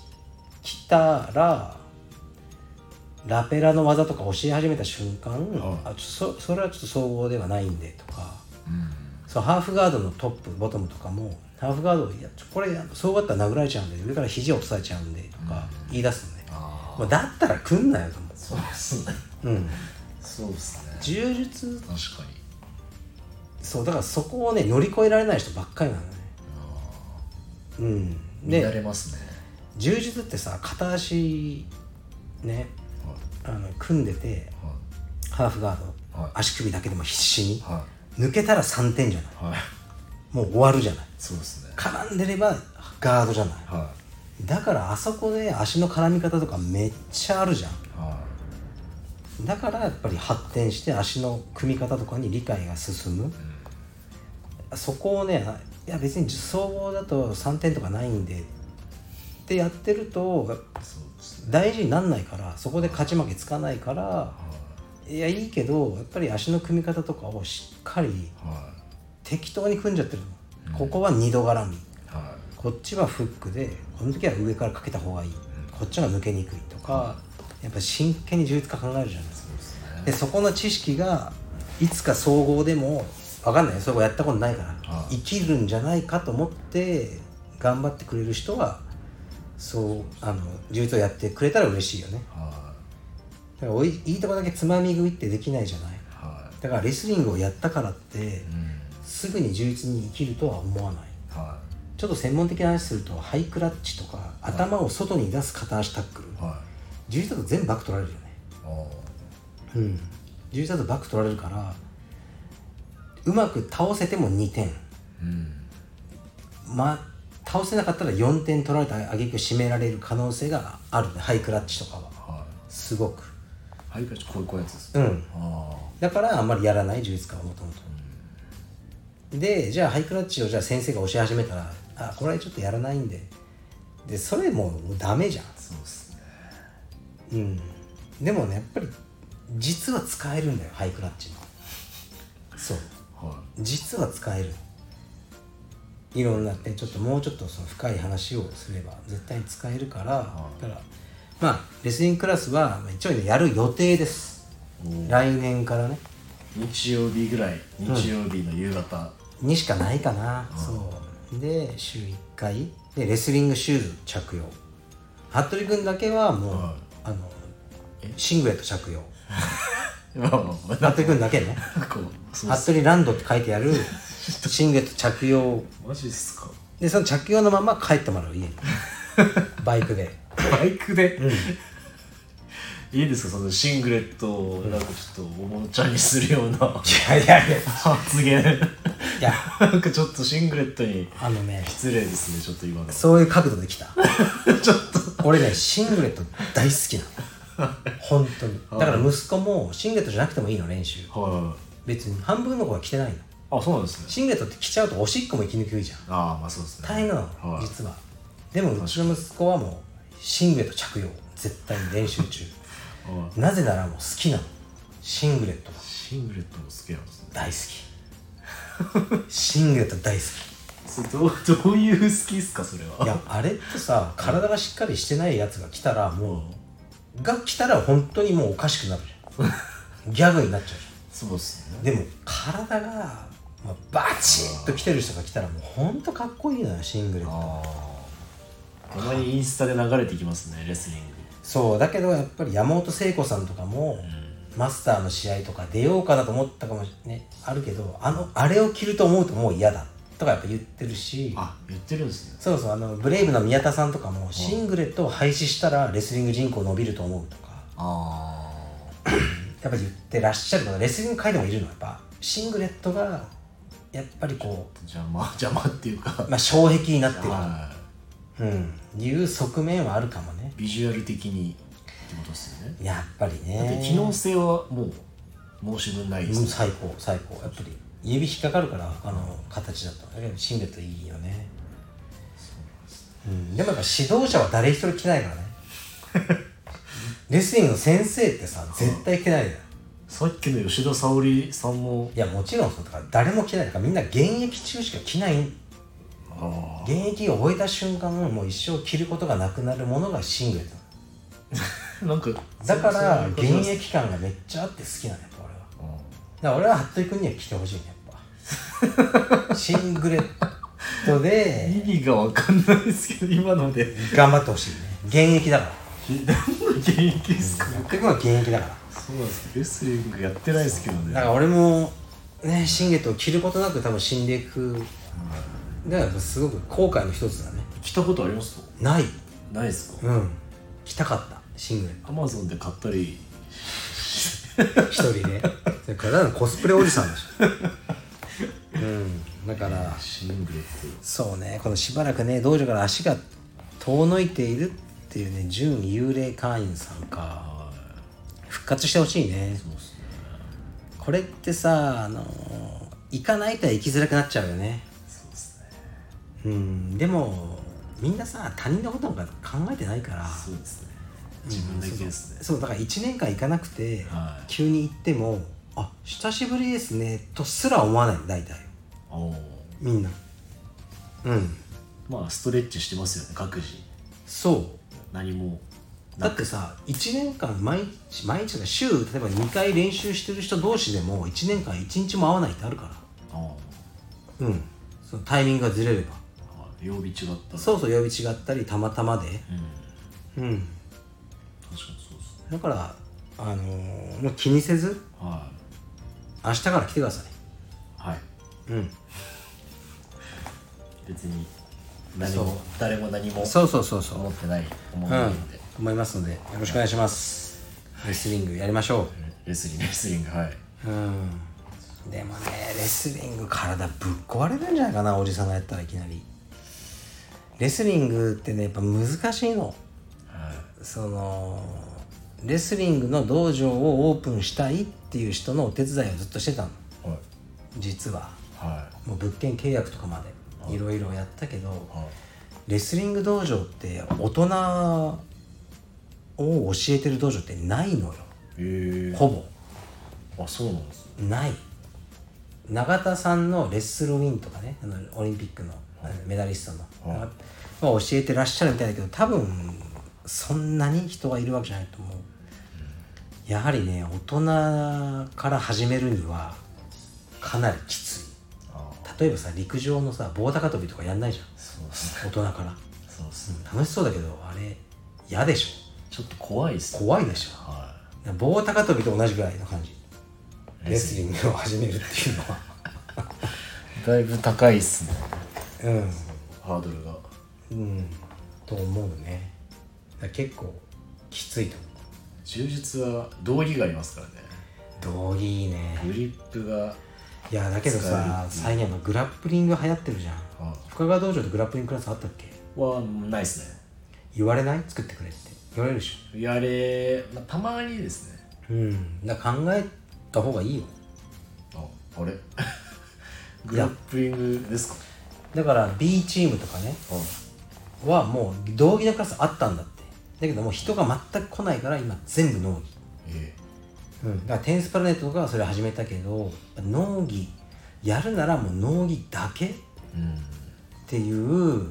Speaker 1: 来たらラペラの技とか教え始めた瞬間、
Speaker 2: はい
Speaker 1: あちょそそれはちょっと総合ではないんでとか
Speaker 2: いうん
Speaker 1: そうハーフガードのトップボトムとかもハーフガードをいやちょこれ総合だったら殴られちゃうんで上から肘を押さえちゃうんでとか言い出すのね、
Speaker 2: あ
Speaker 1: もうだったら来んなよと思
Speaker 2: そうっすね
Speaker 1: う、うん、
Speaker 2: そうっすね
Speaker 1: 柔術
Speaker 2: 確かに
Speaker 1: そうだからそこをね乗り越えられない人ばっかりなのねうん
Speaker 2: 見ら
Speaker 1: で
Speaker 2: れますね
Speaker 1: 柔術ってさ片足ね
Speaker 2: は
Speaker 1: あの組んでて
Speaker 2: い
Speaker 1: ハーフガード、
Speaker 2: はい
Speaker 1: 足首だけでも必死に
Speaker 2: は
Speaker 1: 抜けたら3点じゃない
Speaker 2: いはいはい
Speaker 1: もう終わるじゃない
Speaker 2: そうっすね
Speaker 1: 絡んでればガードじゃない
Speaker 2: は
Speaker 1: だからあそこで足の絡み方とかめっちゃあるじゃん
Speaker 2: いは
Speaker 1: だからやっぱり発展して足の組み方とかに理解が進む、
Speaker 2: いうん
Speaker 1: そこをねいや別に総合だと3点とかないんでってやってると
Speaker 2: そうですね
Speaker 1: 大事になんないからそこで勝ち負けつかないから
Speaker 2: はい
Speaker 1: やいいけどやっぱり足の組み方とかをしっかり
Speaker 2: いは
Speaker 1: 適当に組んじゃってるの、ここは二度絡み
Speaker 2: いは
Speaker 1: こっちはフックでこの時は上からかけた方がいい、こっちのが抜けにくいとか、やっぱ真剣に充実化考えるじゃないですか
Speaker 2: いそうですね
Speaker 1: でそこの知識がいつか総合でも分かんないよ総合やったことないから
Speaker 2: ああ
Speaker 1: 生きるんじゃないかと思って頑張ってくれる人はそうあの充実をやってくれたら嬉しいよね
Speaker 2: は
Speaker 1: だからおいいいとこだけつまみ食いってできないじゃない
Speaker 2: いは
Speaker 1: だからレスリングをやったからって
Speaker 2: いうん
Speaker 1: すぐに充実に生きるとは思わない
Speaker 2: は
Speaker 1: ちょっと専門的な話するとハイクラッチとか頭を外に出す片足タックル
Speaker 2: いは
Speaker 1: 充実だと全部バック取られるよね
Speaker 2: いお
Speaker 1: う
Speaker 2: ー
Speaker 1: ん、11だとバック取られるからうまく倒せても2点、
Speaker 2: うん
Speaker 1: まあ、倒せなかったら4点取られた挙句締められる可能性があるねハイクラッチとかは
Speaker 2: は
Speaker 1: すごく、
Speaker 2: いはいこっちこういうこういうやつです
Speaker 1: うん、
Speaker 2: あ
Speaker 1: だからあんまりやらない11かはもともとでじゃあハイクラッチをじゃあ先生が教え始めたらあこれはちょっとやらないんででそれもうダメじゃん
Speaker 2: あそうですね
Speaker 1: うん、でもねやっぱり実は使えるんだよハイクラッチもそう
Speaker 2: は
Speaker 1: 実は使える議論になってちょっともうちょっとその深い話をすれば絶対に使えるから、だからまあレスリングクラスはまあ一応ねやる予定です来年からね
Speaker 2: 日曜日ぐらい日曜日の夕方、
Speaker 1: にしかないかな、そうで週1回でレスリングシューズ着用服部君だけはもう、
Speaker 2: はい
Speaker 1: あのシングレット着用
Speaker 2: まあまあまあなん
Speaker 1: 服部君だけね
Speaker 2: かこうそう
Speaker 1: 服部ランドって書いてあるシングレット着用
Speaker 2: マジっすか
Speaker 1: でその着用のまま帰ってもらう家に バイクで
Speaker 2: バイクで、いいですかそのシングレットをなんかちょっとおもちゃにするようない
Speaker 1: やいやいや
Speaker 2: 発言
Speaker 1: いや
Speaker 2: なんかちょっとシングレットに
Speaker 1: あのね
Speaker 2: 失礼ですねちょっと今の
Speaker 1: そういう角度で来た
Speaker 2: ちょっと
Speaker 1: 俺ねシングレット大好きなの本当にだから息子もシングレットじゃなくてもいいの練習
Speaker 2: は
Speaker 1: 別に半分の子は着てないの
Speaker 2: いあそうなんですね
Speaker 1: シングレットって着ちゃうとおしっこも息抜きいいじゃん
Speaker 2: ああまあそうですね
Speaker 1: 大変なの、
Speaker 2: はい
Speaker 1: 実はでもうちの息子はもうシングレット着用絶対に練習中
Speaker 2: は
Speaker 1: なぜならもう好きなのシングレットが
Speaker 2: いシングレットも好きなんですね
Speaker 1: 大好きシングレット大好
Speaker 2: それどうどういう好きっすかそれは
Speaker 1: きいやあれってさ体がしっかりしてないやつが来たらもうが来たら本当にもうおかしくなるじゃんギャグになっちゃうじ
Speaker 2: そうです
Speaker 1: ゃ
Speaker 2: ね
Speaker 1: んでも体が、まあ、バチッと来てる人が来たらもう本当かっこいいのよシングレット
Speaker 2: ああたまにインスタで流れていきますねレスリング
Speaker 1: そうだけどやっぱり山本聖子さんとかも、マスターの試合とか出ようかなと思ったかもしれないあるけどあのあれを着ると思うともう嫌だとかやっぱ言ってるし
Speaker 2: あ言ってるんですね
Speaker 1: そうそうあのブレイブの宮田さんとかもシングレットを廃止したらレスリング人口伸びると思うとか
Speaker 2: ああ
Speaker 1: やっぱ言ってらっしゃるのがレスリング界でもいるのやっぱシングレットがやっぱりこ
Speaker 2: 邪魔邪魔っていうか
Speaker 1: う、まあ、障壁になって
Speaker 2: は
Speaker 1: る、うん、いう側面はあるかもね
Speaker 2: いビジュアル的にってことですよね
Speaker 1: やっぱりね
Speaker 2: で機能性はもう申し分ないで
Speaker 1: うん、
Speaker 2: す、
Speaker 1: 最高最高やっぱり指引っかかるから他の形だとだけどシングレットいいよねうん、でもやっぱ指導者は誰一人着ないから ねレスリングの先生ってさ絶対着ないじゃん
Speaker 2: さっきの吉田沙保里さんも
Speaker 1: いやもちろんそうだから誰も着ないだからみんな現役中しか着ない
Speaker 2: あ
Speaker 1: 現役を終えた瞬間もう一生着ることがなくなるものがシングレット
Speaker 2: あなんか
Speaker 1: だから
Speaker 2: そう
Speaker 1: 現
Speaker 2: そう
Speaker 1: 役感がめっちゃあって好きなのやっぱ俺は
Speaker 2: あー
Speaker 1: だから俺は服部君には着てほしいねや っぱシングレットで
Speaker 2: 意味が分かんないですけど今ので
Speaker 1: 頑張ってほしいね現役だから
Speaker 2: 何の現役ですか、
Speaker 1: 服部君は現役だから
Speaker 2: そうなんですレスリングやってないですけどね
Speaker 1: だから俺もねシンゲットを着ることなく多分死んでいくだからすごく後悔の一つだね
Speaker 2: 来たことありますか
Speaker 1: ない
Speaker 2: ないですか
Speaker 1: うん着たかったシングレッ
Speaker 2: アマゾンで買ったり
Speaker 1: ト一人でそれからコスプレおじさんでしょうんだから
Speaker 2: シングレッ
Speaker 1: そうねこのしばらくね道場から足が遠のいているっていうね準幽霊会員さん
Speaker 2: ト
Speaker 1: か
Speaker 2: はい
Speaker 1: 復活してほしいね
Speaker 2: そうですね
Speaker 1: これってさあの行かないとは行きづらくなっちゃうよね
Speaker 2: そうですね
Speaker 1: うんでもみんなさ他人のことなんか考えてないから
Speaker 2: そうですね自分だけですね、
Speaker 1: そうだから1年間行かなくて、
Speaker 2: はい
Speaker 1: 急に行っても「あ久しぶりですね」とすら思わない大体
Speaker 2: おお
Speaker 1: みんなうん
Speaker 2: まあストレッチしてますよね各自
Speaker 1: そう
Speaker 2: 何も
Speaker 1: だってさ1年間毎日毎日が週例えば2回練習してる人同士でも1年間1日も会わないってあるか
Speaker 2: ああ
Speaker 1: らうんそのタイミングがずれれば
Speaker 2: 曜日違った
Speaker 1: そうそう曜日違ったりたまたまで
Speaker 2: うん
Speaker 1: うん
Speaker 2: 確かにそうですね
Speaker 1: だからあのーもう気にせず
Speaker 2: は
Speaker 1: 明日から来てくださ
Speaker 2: いはい
Speaker 1: いうん
Speaker 2: 別に何も
Speaker 1: そう
Speaker 2: 誰も何も
Speaker 1: そうそうそうそう
Speaker 2: 思ってない
Speaker 1: う
Speaker 2: 思うんないんで、
Speaker 1: 思いますのでよろしくお願いしますレスリングやりましょ
Speaker 2: レスリングレスリングはい
Speaker 1: う
Speaker 2: う
Speaker 1: んでもねレスリング体ぶっ壊れるんじゃないかなおじさんがやったらいきなりレスリングってねやっぱ難しいの
Speaker 2: はい
Speaker 1: そのレスリングの道場をオープンしたいっていう人のお手伝いをずっとしてたの
Speaker 2: はい
Speaker 1: 実は
Speaker 2: は
Speaker 1: もう物件契約とかまでいろいろやったけど、
Speaker 2: いはい
Speaker 1: レスリング道場って大人を教えてる道場ってないのよ
Speaker 2: え
Speaker 1: ほぼ
Speaker 2: あそうなんですね
Speaker 1: ない永田さんのレッスルウィンとかねあのオリンピックのメダリストの、
Speaker 2: うん
Speaker 1: まあ教えてらっしゃるみたいだけど多分そんなに人がいるわけじゃないと思うやはりね大人から始めるにはかなりきつい
Speaker 2: あ
Speaker 1: 例えばさ陸上のさ棒高跳びとかやんないじゃん
Speaker 2: そうっすね
Speaker 1: 大人から
Speaker 2: そうっすね
Speaker 1: 楽しそうだけどあれ嫌でし
Speaker 2: ちょっと怖いっす
Speaker 1: ょ
Speaker 2: ね
Speaker 1: 怖いでし
Speaker 2: は
Speaker 1: ょ棒高跳びと同じぐらいの感じ
Speaker 2: い
Speaker 1: レスリングを始めるっていうのは
Speaker 2: だいぶ高いっすね
Speaker 1: うん
Speaker 2: ハードルが
Speaker 1: うん、と思うねだから結構きついと
Speaker 2: 柔術は道着がありますからね
Speaker 1: 思う道着いいね
Speaker 2: グリップが
Speaker 1: いやだけどさ最近あのグラップリング流行ってるじゃん
Speaker 2: あ
Speaker 1: 深川道場でグラップリングクラスあったっけ
Speaker 2: はないっすね
Speaker 1: 言われない作ってくれって言われるでし
Speaker 2: やれ、まあ、たまにですね
Speaker 1: ょうんだから考えた方がいいよ
Speaker 2: ああれ グラップリングですか
Speaker 1: だから B チームとかねはもう道着のクラスあったんだってだけどもう人が全く来ないから今全部農技
Speaker 2: え
Speaker 1: うん、だからテニスプラネットとかはそれ始めたけど農技やるならもう農技だけっ
Speaker 2: えうん
Speaker 1: ていう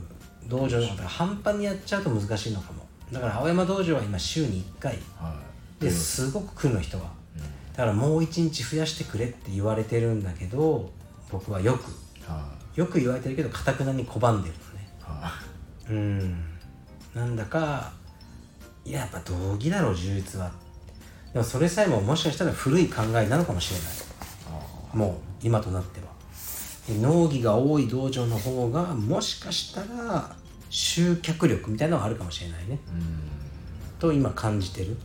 Speaker 1: 道場の方が半端にやっちゃうと難しいのかもだから青山道場は今週に1回
Speaker 2: はい
Speaker 1: ですごく来るの人は
Speaker 2: うん
Speaker 1: だからもう1日増やしてくれって言われてるんだけど僕はよく
Speaker 2: は
Speaker 1: よく言われてるけどかたくなに拒んでるのね
Speaker 2: いは
Speaker 1: うんなんだかいややっぱ道義だろう柔術はでもそれさえももしかしたら古い考えなのかもしれない
Speaker 2: いあ
Speaker 1: もう今となってはで農技が多い道場の方がもしかしたら集客力みたいなのがあるかもしれないね
Speaker 2: うん
Speaker 1: と今感じてる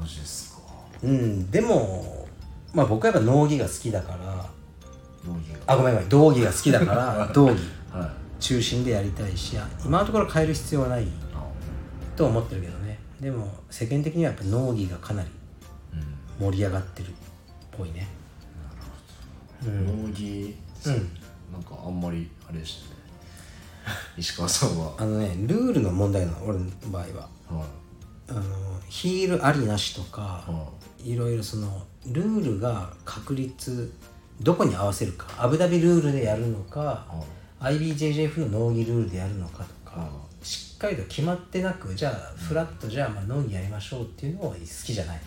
Speaker 2: マジですか
Speaker 1: うんでもまあ僕はやっぱ農技が好きだから
Speaker 2: 道着
Speaker 1: あごめんごめん道義が好きだから道義
Speaker 2: がはい
Speaker 1: 中心でやりたいしあ今のところ変える必要はない
Speaker 2: あ
Speaker 1: とは思ってるけどねでも世間的にはやっぱ農技がかなり
Speaker 2: うん
Speaker 1: 盛り上がってるっぽいね
Speaker 2: 道着
Speaker 1: うん
Speaker 2: なんかあんまりあれでしたね石川さ んは
Speaker 1: あのねルールの問題なの俺の場合は
Speaker 2: はい
Speaker 1: あのヒールありなしとか、
Speaker 2: はい
Speaker 1: ろいろそのルールが確立どこに合わせるかアブダビルールでやるのか
Speaker 2: いはい
Speaker 1: IBJJF の農技ルールでやるのかとか
Speaker 2: あ
Speaker 1: しっかりと決まってなくじゃあフラットじゃあまあ農技やりましょうっていうのは好きじゃない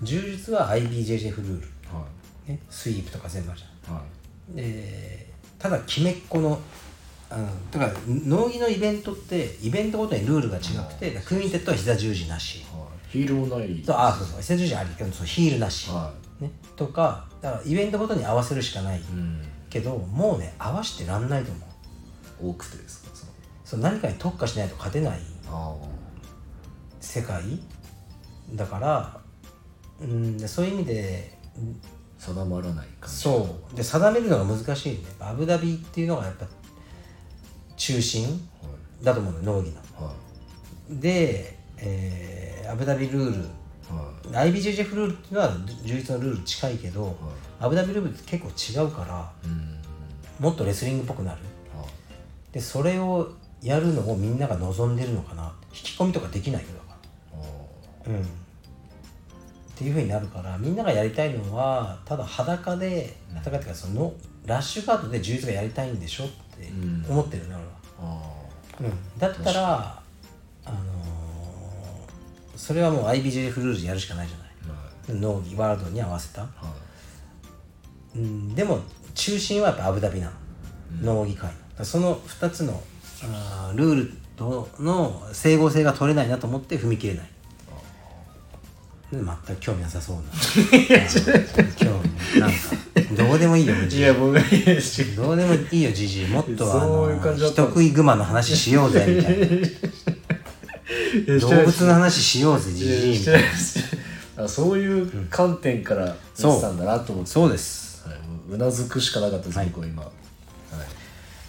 Speaker 2: うん
Speaker 1: 柔術は IBJJF ルール、
Speaker 2: は
Speaker 1: ね、スイープとか全部あるじゃん
Speaker 2: いはい
Speaker 1: でただきめっこのあのだから農技のイベントってイベントごとにルールが違くてだからクインテットは膝十字なし
Speaker 2: はいヒールもない
Speaker 1: とあそうそう膝十字ありけどそのヒールなし、
Speaker 2: は
Speaker 1: ね、とかだからイベントごとに合わせるしかない
Speaker 2: いうん
Speaker 1: けどもうね合わせてらんないと思う
Speaker 2: 多くてですかその
Speaker 1: その何かに特化しないと勝てない
Speaker 2: あ
Speaker 1: 世界だからうんでそういう意味で
Speaker 2: 定まらない感じ
Speaker 1: そうで定めるのが難しいねアブダビっていうのがやっぱ中心
Speaker 2: はい
Speaker 1: だと思うの農技の。
Speaker 2: は
Speaker 1: で、えーアブダビルール
Speaker 2: いは
Speaker 1: IBJJF ルールっていうのは充実のルール近いけど、アブダビルールって結構違うから
Speaker 2: いうん
Speaker 1: もっとレスリングっぽくなる
Speaker 2: はい
Speaker 1: でそれをやるのをみんなが望んでるのかな引き込みとかできないよだか
Speaker 2: あ
Speaker 1: らうんっていうふうになるからみんながやりたいのはただ裸で裸っていうかそのラッシュガードで充実がやりたいんでしょって
Speaker 2: うん
Speaker 1: 思ってるな俺は。
Speaker 2: ああ
Speaker 1: だったら、あのーそれはもう IBJF ルールでやるしかないじゃない
Speaker 2: あは
Speaker 1: 農技ワールドに合わせた、
Speaker 2: いは
Speaker 1: うん、でも中心はやっぱアブダビなの、農技界のだからその2つのあールールとの整合性が取れないなと思って踏み切れないで全く興味なさそうな興味なんかどうでもいいよ
Speaker 2: いいや僕違う
Speaker 1: どうでもいいよじじいもっとあ
Speaker 2: そう
Speaker 1: の
Speaker 2: いう感じだ
Speaker 1: 人
Speaker 2: ったの
Speaker 1: 食いグマの話しようぜみたいな動物の話しようぜじじいみたいな
Speaker 2: あそういう観点から見てたんだなと思って、
Speaker 1: そうです
Speaker 2: はいうなずくしかなかったです、僕は今、は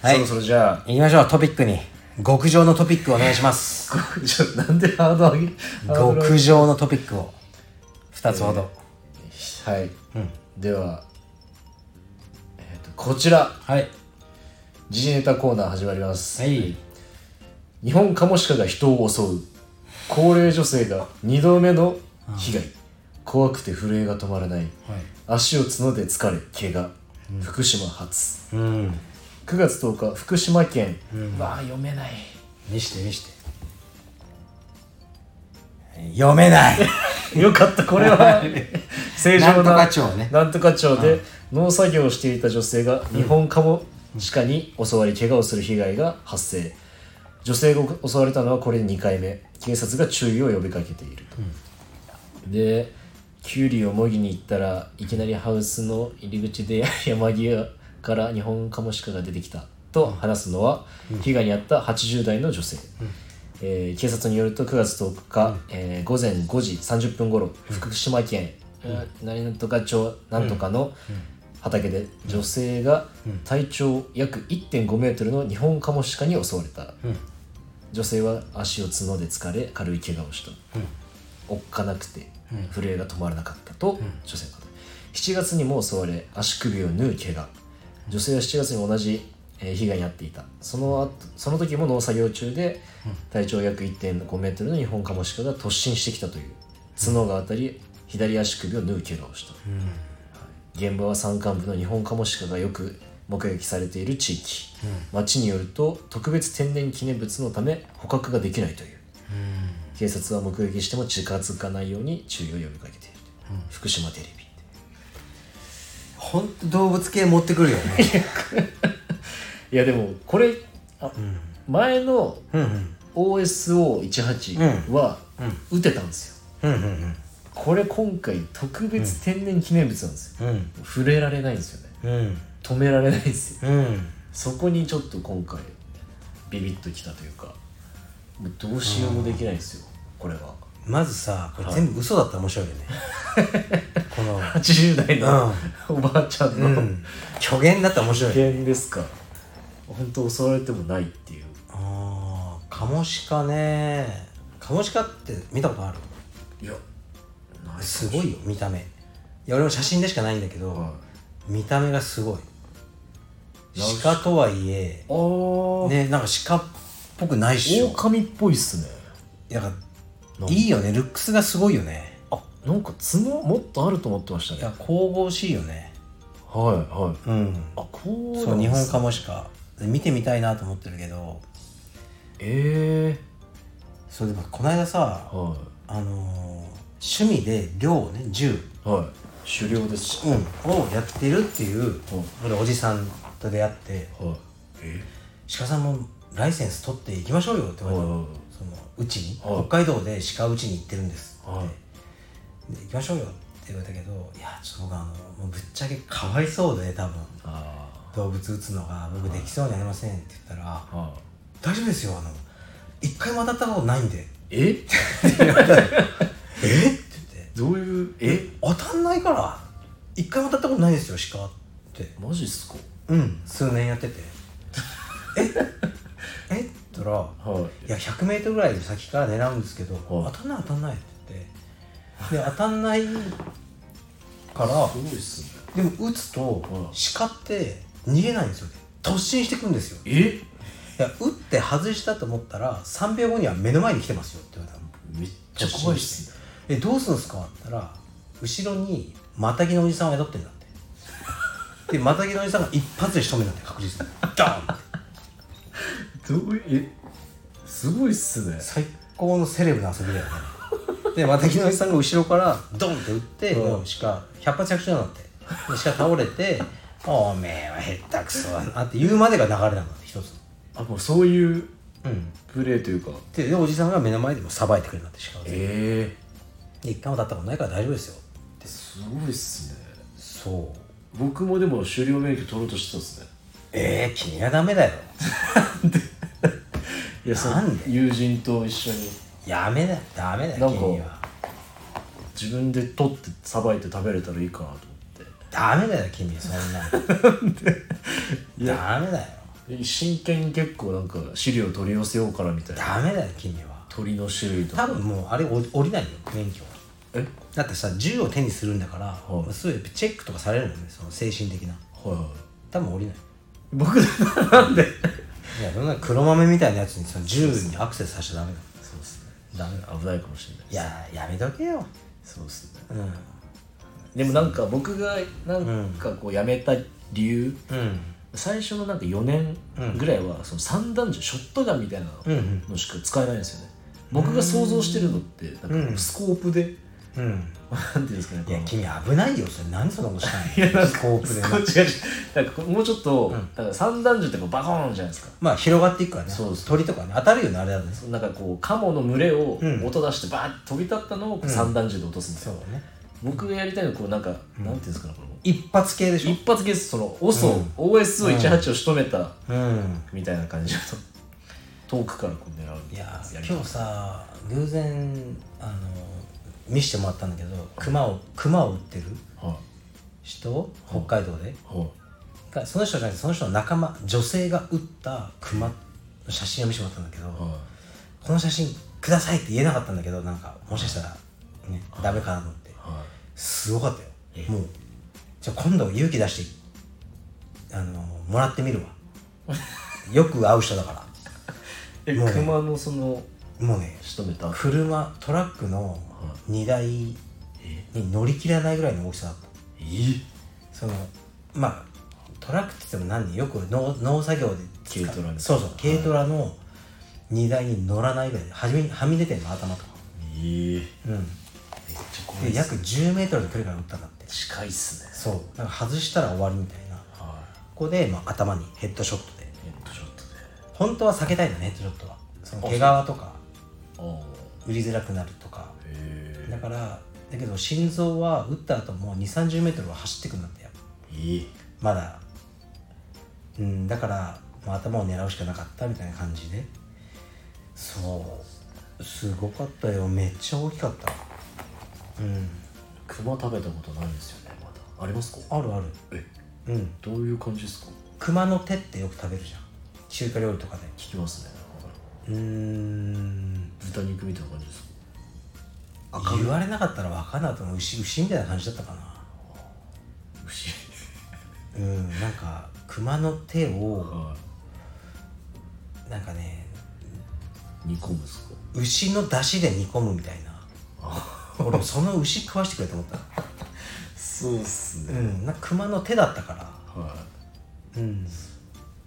Speaker 2: い
Speaker 1: はい
Speaker 2: そろそろじゃあ
Speaker 1: 行きましょうトピックに極上のトピックお願いします
Speaker 2: ごちょなんでハードル上げハードル上
Speaker 1: 極上のトピックを2つほど、
Speaker 2: げはい、では、えーとこちら
Speaker 1: はい
Speaker 2: 時事ネタコーナー始まります、
Speaker 1: はい
Speaker 2: 日本カモシカが人を襲う高齢女性が2度目の被害怖くて震えが止まらない
Speaker 1: はい
Speaker 2: 足を角で疲れ怪我福島発
Speaker 1: うん
Speaker 2: 9月10日福島県、うわあ読めない
Speaker 1: 見して見して読めない
Speaker 2: よかったこれは 正
Speaker 1: な
Speaker 2: 常な
Speaker 1: んとか町ね
Speaker 2: なんとか町で農作業をしていた女性が日本カモシカに襲われ怪我をする被害が発生女性が襲われたのはこれ2回目警察が注意を呼びかけていると、でキュウリをもぎに行ったらいきなりハウスの入り口で山際から日本カモシカが出てきたと話すのは被害に遭った80代の女性、えー警察によると9月10日、えー午前5時30分頃福島県、うん、何とか町なんとかの畑で女性が体長約1.5メートルの日本カモシカに襲われた、女性は足を角で疲れ軽い怪我をした、おっかなくて震えが止まらなかったと、女性の方7月にも襲われ足首を縫う怪我女性は7月に同じえー被害に遭っていたその後その時も農作業中で体長約1.5メートルの日本カモシカが突進してきたという角が当たり左足首を縫う怪我をした、現場は山間部の日本カモシカがよく目撃されている地域、町によると特別天然記念物のため捕獲ができないという、警察は目撃しても近づかないように注意を呼びかけている、福島テレビ
Speaker 1: ほんと動物系持ってくるよね
Speaker 2: いやでもこれあ、前の
Speaker 1: うんうん
Speaker 2: OSO18 は打てたんです
Speaker 1: う
Speaker 2: よ、
Speaker 1: んうん
Speaker 2: これ今回特別天然記念物なんですよ、
Speaker 1: うん
Speaker 2: 触れられないんですよね
Speaker 1: うん
Speaker 2: 止められないんですよ
Speaker 1: うん
Speaker 2: そこにちょっと今回ビビッときたというかもうどうしようもできないんですよ、これは
Speaker 1: まずさこれ全部嘘だったら面白いよねこの
Speaker 2: 80代の、おばあちゃん
Speaker 1: う
Speaker 2: の
Speaker 1: ん 虚言だったら面白い
Speaker 2: 危険ですか本当襲われてもないっていう
Speaker 1: ああカモシカねカモシカって見たことある
Speaker 2: いやない
Speaker 1: すごいよ見た目いや俺も写真でしかないんだけど、
Speaker 2: は
Speaker 1: 見た目がすごい鹿とはいえ
Speaker 2: あー、
Speaker 1: ねなんか鹿っぽくないっしょ
Speaker 2: 狼っぽいっすね
Speaker 1: なんか
Speaker 2: なん
Speaker 1: いいよねルックスがすごいよね
Speaker 2: あなんか角もっとあると思ってまし
Speaker 1: い
Speaker 2: た
Speaker 1: や
Speaker 2: ね
Speaker 1: 神々しいよね
Speaker 2: はいはい
Speaker 1: うん
Speaker 2: あこう
Speaker 1: そう日本カ
Speaker 2: も
Speaker 1: モシカで見てみたいなと思ってるけど
Speaker 2: え
Speaker 1: そうでもこの間さ
Speaker 2: えは
Speaker 1: あのー趣味で漁をね銃、
Speaker 2: いはい狩猟です
Speaker 1: うん、をやってるっていう
Speaker 2: うん
Speaker 1: 俺おじさんと出会って
Speaker 2: はいえ
Speaker 1: 鹿さんもライセンス取っていきましょうよって言
Speaker 2: は
Speaker 1: わ
Speaker 2: い
Speaker 1: れ
Speaker 2: は
Speaker 1: て
Speaker 2: いは
Speaker 1: そのうちに、
Speaker 2: はい
Speaker 1: 北海道で鹿うちに行ってるんですって、
Speaker 2: はい
Speaker 1: で行きましょうよって言われたけどいやちょっと僕あのもうぶっちゃけかわいそうで多分
Speaker 2: あ
Speaker 1: 動物打つのが僕できそうにありませんって言ったら、あ
Speaker 2: あはい
Speaker 1: 大丈夫ですよあの一回も当たったことないんでって
Speaker 2: え
Speaker 1: 言って
Speaker 2: どういうえ
Speaker 1: 当たんないから一回も当たったことないですよ鹿って
Speaker 2: マジっすか
Speaker 1: うん数年やっててええって言ったら
Speaker 2: はい
Speaker 1: いや 100m ぐらい先から狙うんですけど、
Speaker 2: はい
Speaker 1: 当たんない当たんないって言ってで当たんないから
Speaker 2: すごいっすね
Speaker 1: でも撃つと
Speaker 2: は
Speaker 1: 鹿って逃げないんですよね突進してくんですよ
Speaker 2: え
Speaker 1: いや撃って外したと思ったら3秒後には目の前に来てますよって言われたの
Speaker 2: めっ
Speaker 1: ちゃ怖いっす
Speaker 2: ね
Speaker 1: えどうするんですかって言ったら後ろにマタギのおじさんを雇ってんだってでマタギのおじさんが一発で仕留めるんだって確実にドーンって
Speaker 2: どういうえすごいっすね
Speaker 1: 最高のセレブな遊びだよねでまた木のさんが後ろからドンって打って、
Speaker 2: うん
Speaker 1: もう鹿百発百中なんだってで鹿倒れて「おめえはへったくそだな」って言うまでが流れなんだって一つ
Speaker 2: あもうそういう
Speaker 1: うん
Speaker 2: プレーというか
Speaker 1: ででおじさんが目の前でもさばいてくれるんだって鹿をで
Speaker 2: え
Speaker 1: 一回もだったことないから大丈夫ですよ
Speaker 2: えすごいっすね
Speaker 1: そう
Speaker 2: 僕もでも狩猟免許取ろうとしてたっすね
Speaker 1: ええー、君はダメだよ
Speaker 2: いやその
Speaker 1: なんで
Speaker 2: 友人と一緒に
Speaker 1: やめだよダメだ
Speaker 2: な
Speaker 1: よ
Speaker 2: んか
Speaker 1: 君は
Speaker 2: 自分で取ってさばいて食べれたらいいかなと思っ
Speaker 1: ダメだよ君そんなの
Speaker 2: いや
Speaker 1: ダメだよ
Speaker 2: て真剣に結構なんか資料取り寄せようからみたいな
Speaker 1: ダメだよ君は
Speaker 2: 鳥の種類と
Speaker 1: 多
Speaker 2: か
Speaker 1: 分もうあれお降りないよ免許は
Speaker 2: えはい
Speaker 1: だってさ銃を手にするんだから、
Speaker 2: い
Speaker 1: そういうチェックとかされるのねその精神的な
Speaker 2: はい
Speaker 1: 多分降りない
Speaker 2: 僕なんで
Speaker 1: いやそんな黒豆みたいなやつにその銃にアクセスさせちゃダメだ
Speaker 2: そうっすね
Speaker 1: ダメだ
Speaker 2: 危ないかもしれない
Speaker 1: いややめとけよ
Speaker 2: そうっすね
Speaker 1: うんうん
Speaker 2: でもなんか僕がなんかこうやめた理由最初のなんか4年ぐらいはその散弾銃ショットガンみたいなのしか使えないんですよね僕が想像してるのってなんかスコープで、
Speaker 1: うん
Speaker 2: なんていうんですかね
Speaker 1: い
Speaker 2: こ
Speaker 1: や
Speaker 2: の
Speaker 1: 君危ないよそれ何そんなことした
Speaker 2: いやなん
Speaker 1: の
Speaker 2: か
Speaker 1: スコープでね
Speaker 2: こっちがなんかこうもうちょっと、なんか散弾銃ってこうバコーンじゃないですか
Speaker 1: まあ広がっていくからね
Speaker 2: そうそう
Speaker 1: 鳥とかね当たるよねあれだとね
Speaker 2: なんかこうカモの群れを
Speaker 1: うん
Speaker 2: 音出してバーッと飛び立ったのをこう散弾銃で落とすんです
Speaker 1: そ
Speaker 2: よ、
Speaker 1: うね
Speaker 2: 僕がやりたいのはこうなんか、なんていうんですかねこの
Speaker 1: 一発系でしょ
Speaker 2: 一発ゲスその OSO、OSO18 を仕留めた
Speaker 1: うん
Speaker 2: みたいな感じだと遠くからこう狙う
Speaker 1: い
Speaker 2: みたいな
Speaker 1: や
Speaker 2: やり方
Speaker 1: 今日さ偶然あの見してもらったんだけど熊を熊を売ってる
Speaker 2: はい
Speaker 1: 人北海道で
Speaker 2: はい
Speaker 1: がその人じゃなくてその人の仲間女性が撃った熊の写真を見せてもらったんだけど、
Speaker 2: は
Speaker 1: この写真くださいって言えなかったんだけどなんかもしかしたらね、ダメかなと思って
Speaker 2: いは
Speaker 1: すごかったよ
Speaker 2: え
Speaker 1: もうじゃあ今度勇気出してあのもらってみるわよく会う人だか
Speaker 2: いえ
Speaker 1: もうね
Speaker 2: 熊のその
Speaker 1: らもうね
Speaker 2: 仕留めたはい
Speaker 1: 車トラックの荷台に乗り切らないぐらいの大きさだった
Speaker 2: え
Speaker 1: そのまあトラックって言っても何よく農農作業で使う
Speaker 2: 軽トラみたいな
Speaker 1: そうそう軽トラの荷台に乗らないぐらいではじめにはみ出てんの頭とか
Speaker 2: えめっ
Speaker 1: うん
Speaker 2: ちゃ怖い
Speaker 1: で
Speaker 2: っす
Speaker 1: 約1 0ルの距離から撃ったんだって
Speaker 2: 近いっすね
Speaker 1: そうなんか外したら終わりみたいな
Speaker 2: は
Speaker 1: ここで、まあ、頭にヘッドショットで
Speaker 2: いえっとちょっとね
Speaker 1: 本当は避けたいんだねヘッドショットはその毛皮とか
Speaker 2: あ
Speaker 1: 売りづらくなるとか
Speaker 2: あへ
Speaker 1: だからだけど心臓は撃った後も2 3 0メートルは走ってくんだってよ
Speaker 2: ええ
Speaker 1: まだうんだから、まあ、頭を狙うしかなかったみたいな感じでそうすごかったよめっちゃ大きかったうん
Speaker 2: 熊食べたことないんですよねまだありますか
Speaker 1: あるある
Speaker 2: え
Speaker 1: うん
Speaker 2: どういう感じですか
Speaker 1: 熊の手ってよく食べるじゃん中華料理とかで
Speaker 2: 聞きますね
Speaker 1: うーん
Speaker 2: 豚肉みたいな感じですか
Speaker 1: 言われなかったら分かんなかったの牛牛みたいな感じだったかな
Speaker 2: 牛
Speaker 1: うんなんか熊の手を
Speaker 2: は
Speaker 1: なんかね
Speaker 2: い煮込むんですか
Speaker 1: 牛の出汁で煮込むみたいな俺その牛食わしてくれと思った
Speaker 2: そうっす
Speaker 1: う
Speaker 2: ね
Speaker 1: ん、なんか熊の手だったから、
Speaker 2: は
Speaker 1: うん、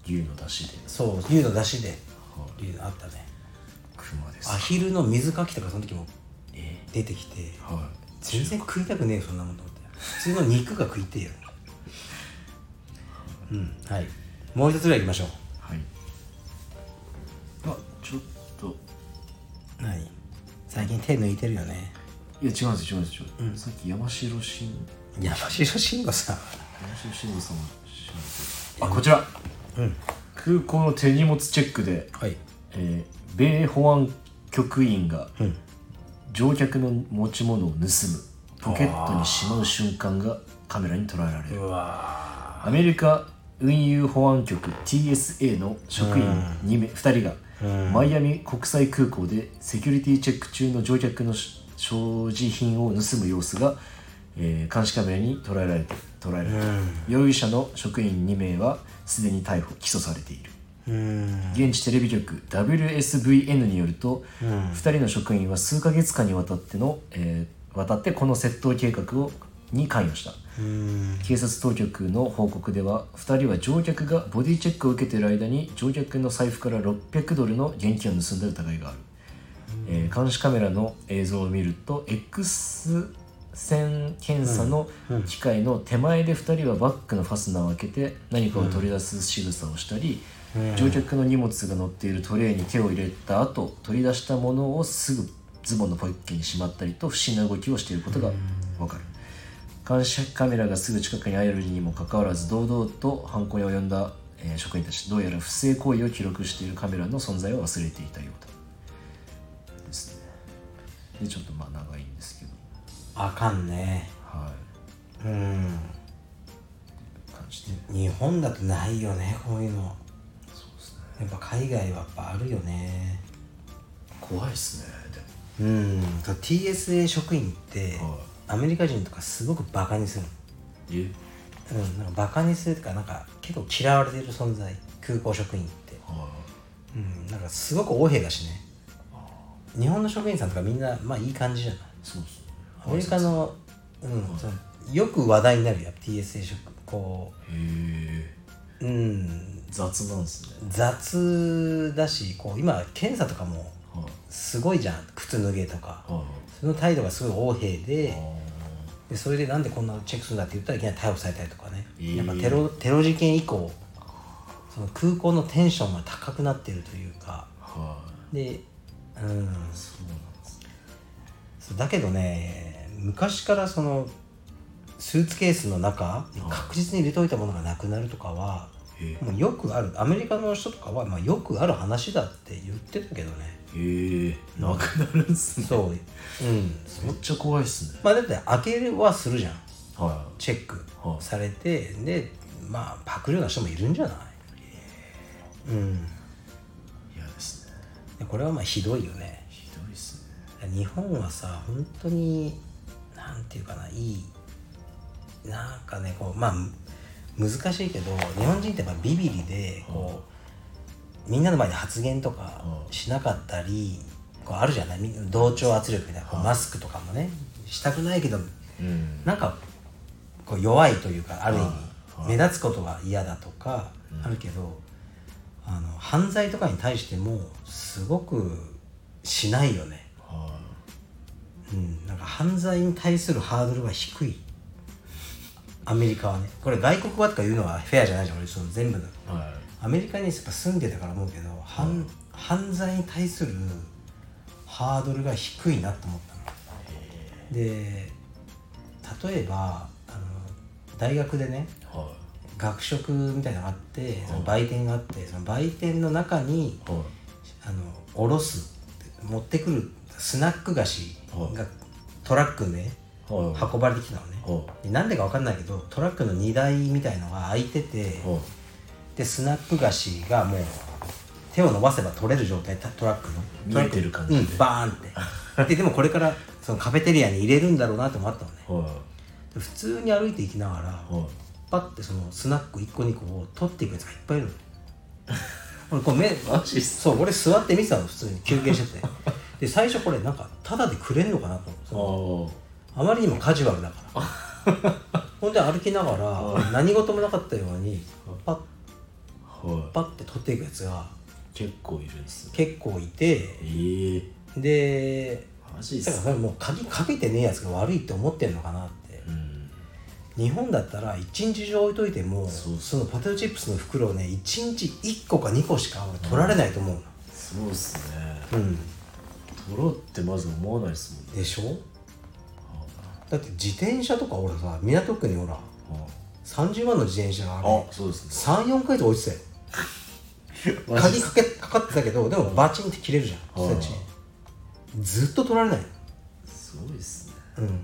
Speaker 2: い牛の出汁で
Speaker 1: そう竜の出汁で
Speaker 2: はい
Speaker 1: 竜あったね
Speaker 2: 熊です
Speaker 1: アヒルの水かきとかその時も
Speaker 2: え
Speaker 1: 出てきて
Speaker 2: は
Speaker 1: 全然食いたくねえよそんなもんと思って普通の肉が食いてえよ うんはいもう一つぐらいいきましょう
Speaker 2: いはいあちょっと
Speaker 1: 何最近手抜いてるよね
Speaker 2: いや違うんです違うんです違うんですさっき山城慎
Speaker 1: 山城慎吾さん
Speaker 2: 山城慎吾さんは知らないけどあこちら
Speaker 1: うん
Speaker 2: 空港の手荷物チェックで
Speaker 1: はい
Speaker 2: えー米保安局員が
Speaker 1: うん
Speaker 2: 乗客の持ち物を盗むポケットにしまう瞬間がカメラに捉えられる
Speaker 1: うわ
Speaker 2: アメリカ運輸保安局 TSA の職員 2, 名2人がマイアミ国際空港でセキュリティチェック中の乗客のし所持品を盗む様子が、えー監視カメラに捉えられて捉えられた、容疑者の職員2名はすでに逮捕起訴されている
Speaker 1: ーうん
Speaker 2: 現地テレビ局 WSVN によると、2人の職員は数ヶ月間にわたっての、えー渡ってこの窃盗計画をに関与した
Speaker 1: うん
Speaker 2: 警察当局の報告では2人は乗客がボディチェックを受けている間に乗客の財布から600ドルの現金を盗んだ疑いがある、えー監視カメラの映像を見ると X 線検査の機械の手前で2人はバッグのファスナーを開けて何かを取り出す仕草をしたり、乗客の荷物が乗っているトレーに手を入れた後取り出したものをすぐズボンのポケットにしまったりと不審な動きをしていることがわかる、監視カメラがすぐ近くにあるにもかかわらず堂々と犯行に及んだ、えー職員たちどうやら不正行為を記録しているカメラの存在を忘れていたようだですねでちょっとまあ長いんですけど
Speaker 1: あかんね
Speaker 2: は
Speaker 1: うん
Speaker 2: い感じで
Speaker 1: 日本だとないよねこういうのやっぱ海外はやっぱあるよね
Speaker 2: 怖いっすね
Speaker 1: うんそう TSA 職員って、
Speaker 2: は
Speaker 1: アメリカ人とかすごくバカにする
Speaker 2: でもえ
Speaker 1: のうん、なんかバカにするとかなんか結構嫌われてる存在空港職員って
Speaker 2: は
Speaker 1: うんなんかすごく横柄だしね日本の職員さんとかみんなまあいい感じじゃない
Speaker 2: そうっすね
Speaker 1: アメリカのうん、そのよく話題になるよ TSA 職こう
Speaker 2: へえ
Speaker 1: うん
Speaker 2: 雑なんですね、
Speaker 1: 雑だしこう今検査とかも
Speaker 2: はい
Speaker 1: すごいじゃん靴脱げとか
Speaker 2: はい
Speaker 1: その態度がすごい横柄で
Speaker 2: あ
Speaker 1: でそれでなんでこんなチェックするんだって言ったらいきなり逮捕されたりとかね、
Speaker 2: えー
Speaker 1: やっぱテロテロ事件以降その空港のテンションが高くなってるというか
Speaker 2: ーはい
Speaker 1: でうん
Speaker 2: そうなんですね
Speaker 1: そうだけどね昔からそのスーツケースの中に確実に入れといたものがなくなるとかは
Speaker 2: へ
Speaker 1: もうよくあるアメリカの人とかは、まあ、よくある話だって言ってたけどね
Speaker 2: えへえなくなるんすね
Speaker 1: そううんそう
Speaker 2: めっちゃ怖いっすね
Speaker 1: まあだって開けはするじゃん
Speaker 2: は
Speaker 1: チェック
Speaker 2: はい
Speaker 1: されてでまあパクるような人もいるんじゃないうん
Speaker 2: い嫌ですね
Speaker 1: でこれはまあひどいよね
Speaker 2: ひどいっすね
Speaker 1: 日本はさ本当になんていうかないいなんかねこうまあ難しいけど日本人ってやっぱビビりでこうみんなの前で発言とか
Speaker 2: うん
Speaker 1: しなかったりこうあるじゃないみんな同調圧力みたいなこうマスクとかもねしたくないけど
Speaker 2: うん
Speaker 1: なんかこう弱いというかある意味
Speaker 2: うん
Speaker 1: 目立つことが嫌だとかあるけどあの犯罪とかに対してもすごくしないよね。
Speaker 2: は
Speaker 1: うん、なんか犯罪に対するハードルが低いアメリカはねこれ外国はとか言うのはフェアじゃないじゃん俺その全部の
Speaker 2: いは
Speaker 1: アメリカにやっぱ住んでたから思うけど、犯犯罪に対するハードルが低いなと思ったので例えばあの大学でね
Speaker 2: いは
Speaker 1: 学食みたいなのがあってその売店があってその売店の中に
Speaker 2: いはい
Speaker 1: あのおろす持ってくるスナック菓子
Speaker 2: は
Speaker 1: がトラックで
Speaker 2: はいは
Speaker 1: 運ばれてきたのね
Speaker 2: いは
Speaker 1: でなんでか分かんないけどトラックの荷台みたいのが開いてて
Speaker 2: いはい
Speaker 1: でスナック菓子がもう手を伸ばせば取れる状態たトラックの
Speaker 2: 見えてる感じ
Speaker 1: うんバーンって ででもこれからそのカフェテリアに入れるんだろうなと思ったのね
Speaker 2: は
Speaker 1: で普通に歩いていきながら
Speaker 2: いはい
Speaker 1: パッてそのスナック1個2個を取っていくやつがいっぱいいるの俺こう目
Speaker 2: マジっす
Speaker 1: そう俺座って見てたの普通に休憩しててで最初これなんかタダでくれんのかなと思って
Speaker 2: ああ
Speaker 1: あまりにもカジュアルだから ほんで歩きながら何事もなかったようにパッ
Speaker 2: は
Speaker 1: パッて取っていくやつが
Speaker 2: い結構いるんですね
Speaker 1: 結構いて
Speaker 2: ええ
Speaker 1: で
Speaker 2: マジっ
Speaker 1: だから
Speaker 2: す
Speaker 1: それもう鍵かけてねえやつが悪いって思ってんのかなって
Speaker 2: うん
Speaker 1: 日本だったら一日中置いといても
Speaker 2: そう
Speaker 1: そのポテトチップスの袋をね一日1個か2個しか俺取られないと思うの
Speaker 2: そうっすね
Speaker 1: うん
Speaker 2: 取ろうってまず思わないっすもんね
Speaker 1: でしょだって自転車とか俺さ港区にほら
Speaker 2: は
Speaker 1: 30万の自転車があれ
Speaker 2: いあそうです
Speaker 1: 34回とか落ちてたよ
Speaker 2: ねマジ
Speaker 1: 鍵
Speaker 2: っす
Speaker 1: かけかかってたけどでもバチンって切れるじゃん
Speaker 2: はい
Speaker 1: スイッチずっと取られない
Speaker 2: すごいっすね
Speaker 1: うん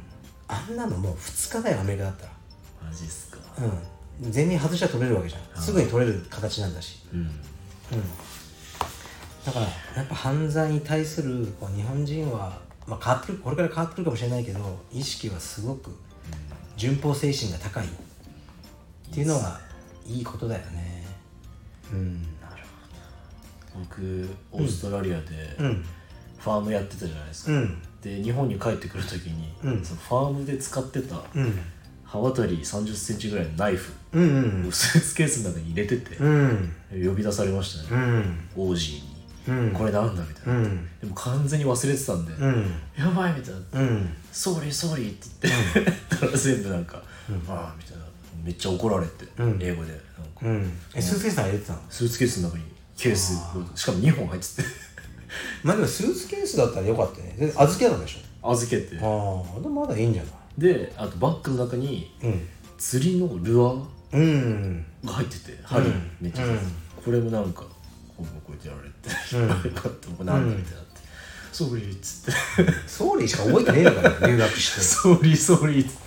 Speaker 1: あんなのもう2日だよアメリカだったら
Speaker 2: マジっすか
Speaker 1: うん全員外したら取れるわけじゃんすぐに取れる形なんだし
Speaker 2: うん
Speaker 1: うんだからやっぱ犯罪に対するこう日本人は、まあ、変わってくるこれから変わってくるかもしれないけど意識はすごく順法精神が高いっていうのはいいことだよねうんなる
Speaker 2: 僕オーストラリアで
Speaker 1: うん
Speaker 2: ファームやってたじゃないですか、
Speaker 1: うん
Speaker 2: で日本に帰ってくる時に、
Speaker 1: うん
Speaker 2: そのファームで使ってた
Speaker 1: うん
Speaker 2: 刃渡り3 0ンチぐらいのナイフ
Speaker 1: うんう
Speaker 2: を
Speaker 1: ん
Speaker 2: スーツケースの中に入れてて、
Speaker 1: うん
Speaker 2: 呼び出されました
Speaker 1: う
Speaker 2: ね、
Speaker 1: ん
Speaker 2: オージーに、
Speaker 1: うん
Speaker 2: これなんだみたいうな、
Speaker 1: ん
Speaker 2: でも完全に忘れてたんで、
Speaker 1: うん
Speaker 2: やばいみたいな
Speaker 1: うん
Speaker 2: 「ソーリーソーリー」って言って、たら 全部なんか「ああ」みたいなめっちゃ怒られて、
Speaker 1: うん
Speaker 2: 英語でなんか
Speaker 1: うんえスーツケースなんか入れてたの
Speaker 2: スーツケースの中にケースしかも2本入ってて
Speaker 1: まあでもスーツケースだったらよかったよねで預けたんでし
Speaker 2: 預けて
Speaker 1: ょああでもまだいいんじゃない
Speaker 2: であとバッグの中に
Speaker 1: うん
Speaker 2: 釣りのルアー
Speaker 1: うん
Speaker 2: が入ってて針
Speaker 1: うん
Speaker 2: めっちゃ、
Speaker 1: うん
Speaker 2: これもなんかこうこうやってやられて、
Speaker 1: うん
Speaker 2: やばいかって僕なんだみたいになって、ソーリーっつって
Speaker 1: ソーリーしか覚えてねえのかよ留学 して
Speaker 2: ソーリーソーリーっつって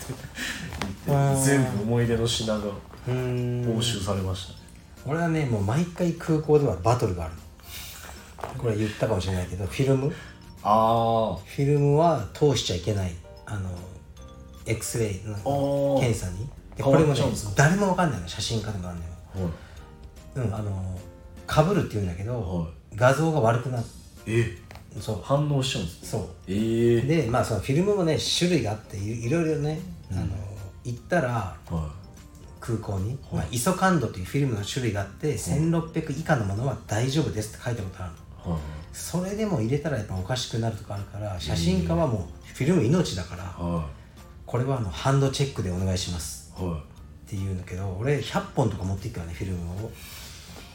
Speaker 2: 言
Speaker 1: あ
Speaker 2: っ
Speaker 1: ー
Speaker 2: て全部思い出の品が
Speaker 1: うー
Speaker 2: 押
Speaker 1: ん
Speaker 2: 収されましたね、
Speaker 1: 俺はねもう毎回空港ではバトルがあるのこれ言ったかもしれないけどフィルムフ
Speaker 2: あ
Speaker 1: ィルムは通しちゃいけないあの X レイの
Speaker 2: ー
Speaker 1: 検査にでこれもね
Speaker 2: 変わっちゃうんですか
Speaker 1: 誰もわかんないの写真家でもあんのよ
Speaker 2: あはい
Speaker 1: うんあのかぶるって言うんだけど
Speaker 2: は
Speaker 1: 画像が悪くなる
Speaker 2: え
Speaker 1: そう
Speaker 2: 反応しちゃうんです
Speaker 1: そう
Speaker 2: ええ
Speaker 1: でまあそのフィルムもね種類があっていいろいろね、あの行ったら
Speaker 2: は
Speaker 1: 空港に、まあ、イソカンドというフィルムの種類があって、1600以下のものは大丈夫ですって書いたことあるの
Speaker 2: は
Speaker 1: それでも入れたらやっぱおかしくなるとかあるから写真家はもうフィルム命だから、
Speaker 2: いは
Speaker 1: これはあのハンドチェックでお願いします
Speaker 2: いは
Speaker 1: って言うんだけど俺100本とか持っていくからねフィルムを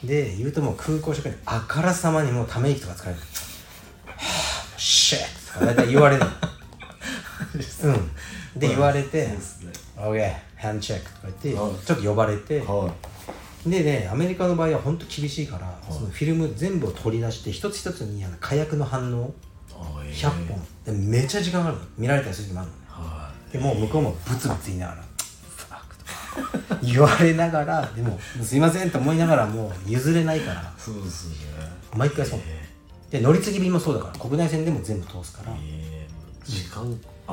Speaker 1: で言うともう空港職員あからさまにもうため息とか使えるはあシェッとか大体言われるのうんで言われて「OK ハンドチェック」とか言
Speaker 2: はい
Speaker 1: ってちょっと呼ばれて
Speaker 2: いはい
Speaker 1: でねアメリカの場合は本当厳しいからそのフィルム全部を取り出して一つ一つにあの火薬の反応
Speaker 2: あえー
Speaker 1: 100本でめっちゃ時間があるの見られたりする時もあるのね
Speaker 2: は
Speaker 1: でもう向こうもブツブツ言いながら「ファック」とか言われながらでも「すいません」と思いながらもう譲れないから
Speaker 2: いそうですね
Speaker 1: 毎回そうで乗り継ぎ便もそうだから国内線でも全部通すから
Speaker 2: えー時間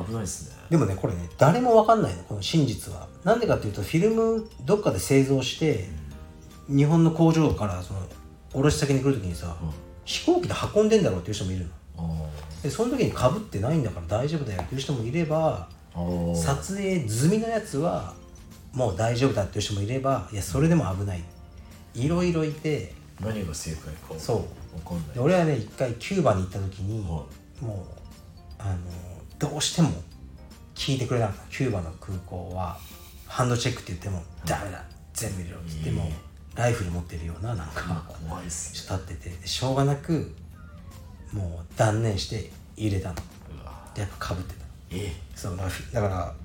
Speaker 2: 危ないですね
Speaker 1: でもねこれね誰も分かんないのこの真実はなんでかっていうとフィルムどっかで製造して日本の工場からその卸先に来る時にさ飛行機で運んでんだろうっていう人もいるの
Speaker 2: あー
Speaker 1: でその時にかぶってないんだから大丈夫だよっていう人もいれば
Speaker 2: あー
Speaker 1: 撮影済みのやつはもう大丈夫だっていう人もいればいやそれでも危ないいろいろいて
Speaker 2: 何が正解か
Speaker 1: そう
Speaker 2: 分かんない
Speaker 1: で俺はね一回キューバに行った時にもうあのどうしても聞いてくれなかったキューバの空港はハンドチェックって言っても「ダメだ全部入れろ」って言ってもライフル持ってるようななんか
Speaker 2: 怖いっすね
Speaker 1: ちょっと立っててでしょうがなくもう断念して入れたの
Speaker 2: うわ
Speaker 1: でやっぱかぶってた
Speaker 2: え
Speaker 1: そうだからフィだから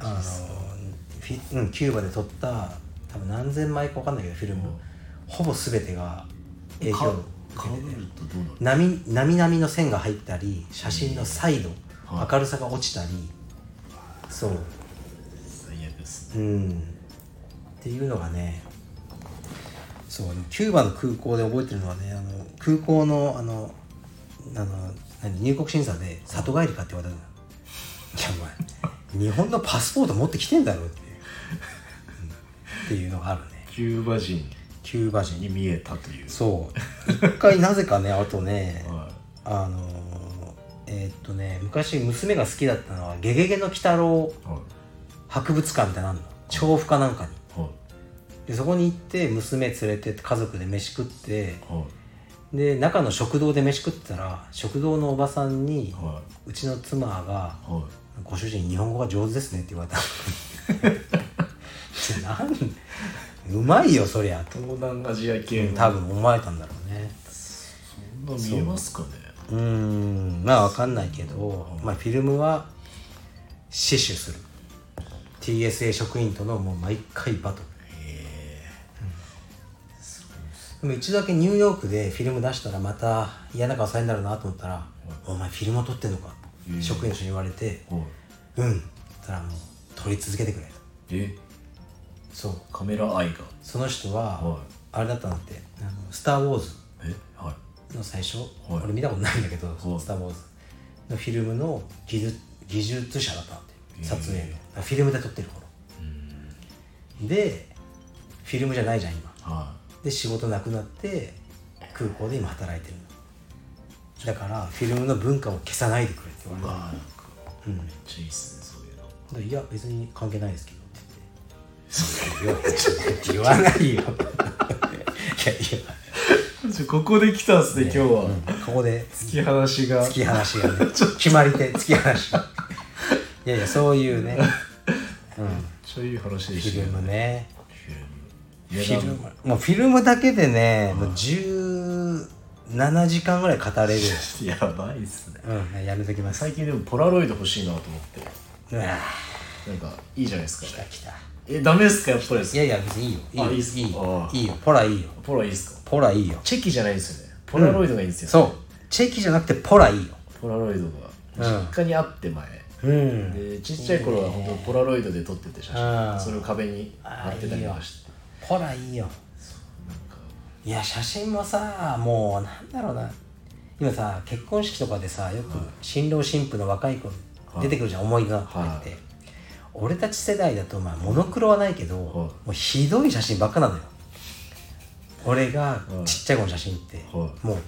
Speaker 1: あのフィ、うん、キューバで撮った多分何千枚か分かんないけどフィルム、ほぼ全てが影響
Speaker 2: か
Speaker 1: を受
Speaker 2: か
Speaker 1: けて
Speaker 2: ぶるとどうなる
Speaker 1: 波波々の線が入ったり写真のサイド、
Speaker 2: はい
Speaker 1: 明るさが落ちたりそう
Speaker 2: 最悪ですね
Speaker 1: うんっていうのがねそうキューバの空港で覚えてるのはねあの空港のあのあの何入国審査で「里帰りか?」って言われたのよいやお前日本のパスポート持ってきてんだろうっていう、うんっていうのがあるね
Speaker 2: キューバ人
Speaker 1: キューバ人
Speaker 2: に見えたという
Speaker 1: そう一回なぜかねあとね
Speaker 2: は
Speaker 1: あのえーっとね昔娘が好きだったのは「ゲゲゲの鬼太郎
Speaker 2: いは
Speaker 1: 博物館」みたいなのあんの調布かなんかに
Speaker 2: いは
Speaker 1: でそこに行って娘連れてって家族で飯食って
Speaker 2: いはい
Speaker 1: で中の食堂で飯食ってたら食堂のおばさんに
Speaker 2: は
Speaker 1: うちの妻が
Speaker 2: いはい
Speaker 1: 「ご主人日本語が上手ですね」って言われた なんうまいよそりゃと
Speaker 2: 東南アジア系の
Speaker 1: 多分思われたんだろうね
Speaker 2: そんな見えますかね
Speaker 1: うーんまあわかんないけど、まあ、フィルムは死守する TSA 職員とのもう毎回バトルでも一度だけニューヨークでフィルム出したらまた嫌な顔されになるなと思ったら「お前フィルムを撮ってんのか」職員の人に言われて
Speaker 2: はい
Speaker 1: 「うん」って言ったらもう撮り続けてくれと
Speaker 2: え
Speaker 1: そう
Speaker 2: カメラアイが
Speaker 1: その人は
Speaker 2: は
Speaker 1: あれだったんだって「あのスター・ウォーズ
Speaker 2: いえはい」
Speaker 1: の最初、
Speaker 2: はい
Speaker 1: 俺見たことないんだけど「
Speaker 2: い
Speaker 1: スター・ウォーズ」のフィルムの技術技術者だったんだって撮影の、だからフィルムで撮ってる頃でフィルムじゃないじゃん今
Speaker 2: は
Speaker 1: で仕事なくなって空港で今働いてるのだからフィルムの文化を消さないでくれって言わ
Speaker 2: い
Speaker 1: れ
Speaker 2: う
Speaker 1: た
Speaker 2: わなんかめっちゃいいっすねそういうの
Speaker 1: でいや別に関係ないですけどって言って「いや言わない よ」いやい
Speaker 2: じゃあここで来たんすね今日は
Speaker 1: やここで
Speaker 2: 突き放しが
Speaker 1: 突き放しが ね決まり手突き放しいやいやそういうね
Speaker 2: ちょいい話で
Speaker 1: フ
Speaker 2: し
Speaker 1: ィ
Speaker 2: た
Speaker 1: ルムね
Speaker 2: フ
Speaker 1: フィル
Speaker 2: ム
Speaker 1: ムもうフィルムだけでねもう17時間ぐらい語れる、
Speaker 2: やばいっすね
Speaker 1: うん、やめときます
Speaker 2: 最近でもポラロイド欲しいなと思って
Speaker 1: うわ
Speaker 2: なんかいいじゃないですか
Speaker 1: 来た来た
Speaker 2: えダメですかやっぱりです
Speaker 1: いやいや別にいいよいいよ
Speaker 2: あいいっす
Speaker 1: いい
Speaker 2: あ
Speaker 1: よ
Speaker 2: ー
Speaker 1: いいよポラいいよ
Speaker 2: ポラいいっすか
Speaker 1: ポラいいよ
Speaker 2: チェキじゃないんですよねポラロイドがいいんですよ、
Speaker 1: そうチェキじゃなくてポラいいよ
Speaker 2: ポラロイドが実家にあって前、
Speaker 1: うん
Speaker 2: でちっちゃい頃は本当ポラロイドで撮ってて写
Speaker 1: う
Speaker 2: 真
Speaker 1: ん
Speaker 2: それを壁に貼ってたりとかして
Speaker 1: ほらいいよいや写真もさもうなんだろうな今さ結婚式とかでさよく新郎新婦の若い子出てくるじゃん、思い出のって言って、
Speaker 2: は
Speaker 1: 俺たち世代だとまあモノクロはないけど、もうひどい写真ばっかなのよ俺がちっちゃい子の写真って、
Speaker 2: は
Speaker 1: も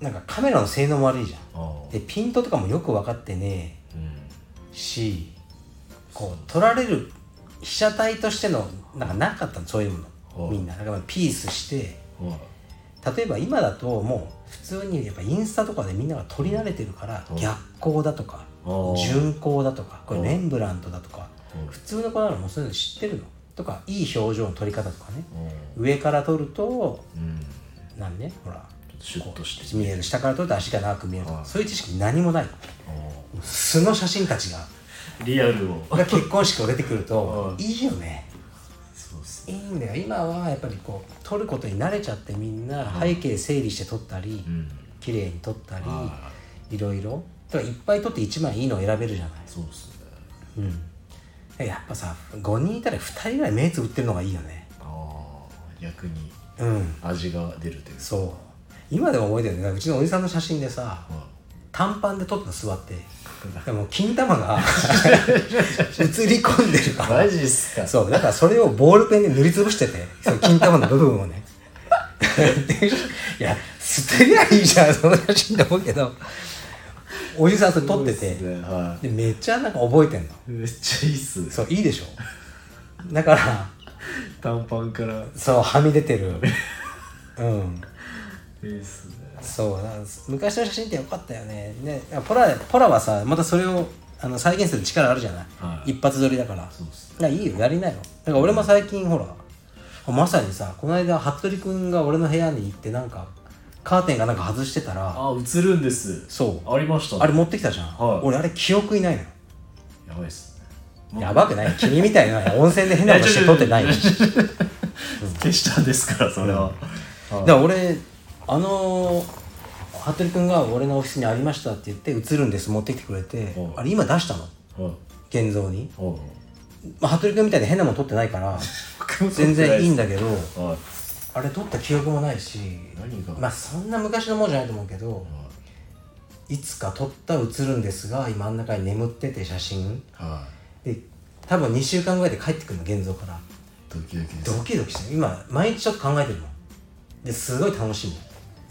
Speaker 1: うなんかカメラの性能も悪いじゃん、
Speaker 2: あ
Speaker 1: でピントとかもよく分かってねえ
Speaker 2: うん
Speaker 1: しこう撮られる被写体としてのなんかなかったのそういうも
Speaker 2: お
Speaker 1: の
Speaker 2: う
Speaker 1: みんなだからピースして
Speaker 2: うん
Speaker 1: 例えば今だともう普通にやっぱインスタとかでみんなが撮り慣れてるから
Speaker 2: おう
Speaker 1: 逆光だとか
Speaker 2: おう
Speaker 1: 巡光だとかこ
Speaker 2: お
Speaker 1: れ
Speaker 2: う
Speaker 1: レンブラントだとか
Speaker 2: おう
Speaker 1: 普通の子ならもうそういうの知ってるのとかいい表情の撮り方とかね
Speaker 2: う
Speaker 1: 上から撮ると
Speaker 2: んうん
Speaker 1: なんねほら
Speaker 2: シュッとして
Speaker 1: 見える下から撮ると足が長く見えると
Speaker 2: は
Speaker 1: か
Speaker 2: い
Speaker 1: そういう知識何もない素の写真たちが
Speaker 2: リアルを
Speaker 1: が結婚式から出てくると
Speaker 2: う
Speaker 1: いいよね
Speaker 2: そうっす
Speaker 1: いいんだよ今はやっぱりこう撮ることに慣れちゃってみんな背景整理して撮ったり
Speaker 2: うん
Speaker 1: 綺麗に撮ったり
Speaker 2: はい
Speaker 1: ろいろだからいっぱい撮って一枚いいのを選べるじゃない
Speaker 2: そうっすね
Speaker 1: うんやっぱさ5人いたら2人ぐらい目つぶってるのがいいよね
Speaker 2: ああ逆に
Speaker 1: うん
Speaker 2: 味が出るというか
Speaker 1: そう今でも覚えてるねうちのおじさんの写真でさ
Speaker 2: は
Speaker 1: 短パンで撮ったの座ってでも金玉が 映り込んでるか
Speaker 2: いマ
Speaker 1: ら
Speaker 2: ジっすか
Speaker 1: そうだからそれをボールペンで塗りつぶしててその金玉の部分をね でいや捨てりゃいいじゃんその写真と思うけどおじさんそれ撮ってて
Speaker 2: そうっすねは
Speaker 1: でめっちゃなんか覚えてんの
Speaker 2: いめっちゃいいっすね
Speaker 1: そういいでしょだから
Speaker 2: 短パンから
Speaker 1: そうはみ出てるうん
Speaker 2: いいっすね
Speaker 1: そうなんです昔の写真ってよかったよねねポラポラはさまたそれをあの再現する力あるじゃない、
Speaker 2: はい
Speaker 1: 一発撮りだから
Speaker 2: そうっす
Speaker 1: いやいいよやりなよだから俺も最近ほらあまさにさこの間服部君が俺の部屋に行ってなんかカーテンがなんか外してたら
Speaker 2: あ映るんです
Speaker 1: そう
Speaker 2: ありましたね
Speaker 1: あれ持ってきたじゃん、
Speaker 2: はい
Speaker 1: 俺あれ記憶いないのよ
Speaker 2: やばいっすね
Speaker 1: やばくない君みたいな温泉で変なことして撮ってないよ
Speaker 2: やちょちょちょちょ消したんですからそれは、はい
Speaker 1: だから俺あのー、服部君が俺のオフィスにありましたって言って映るんです持ってきてくれて
Speaker 2: うん
Speaker 1: あれ今出したの
Speaker 2: はい
Speaker 1: 現像に、
Speaker 2: はい
Speaker 1: まあ、服部君みたいに変なもん撮ってないから全然いいんだけど
Speaker 2: はい
Speaker 1: あれ撮った記憶もないし
Speaker 2: 何が
Speaker 1: まあそんな昔のもんじゃないと思うけどいつか撮った写るんですが今あん中に眠ってて写真
Speaker 2: は
Speaker 1: で多分2週間ぐらいで帰ってくるの現像から
Speaker 2: いドキドキです
Speaker 1: ドキドキしてる今毎日ちょっと考えてるのですごい楽し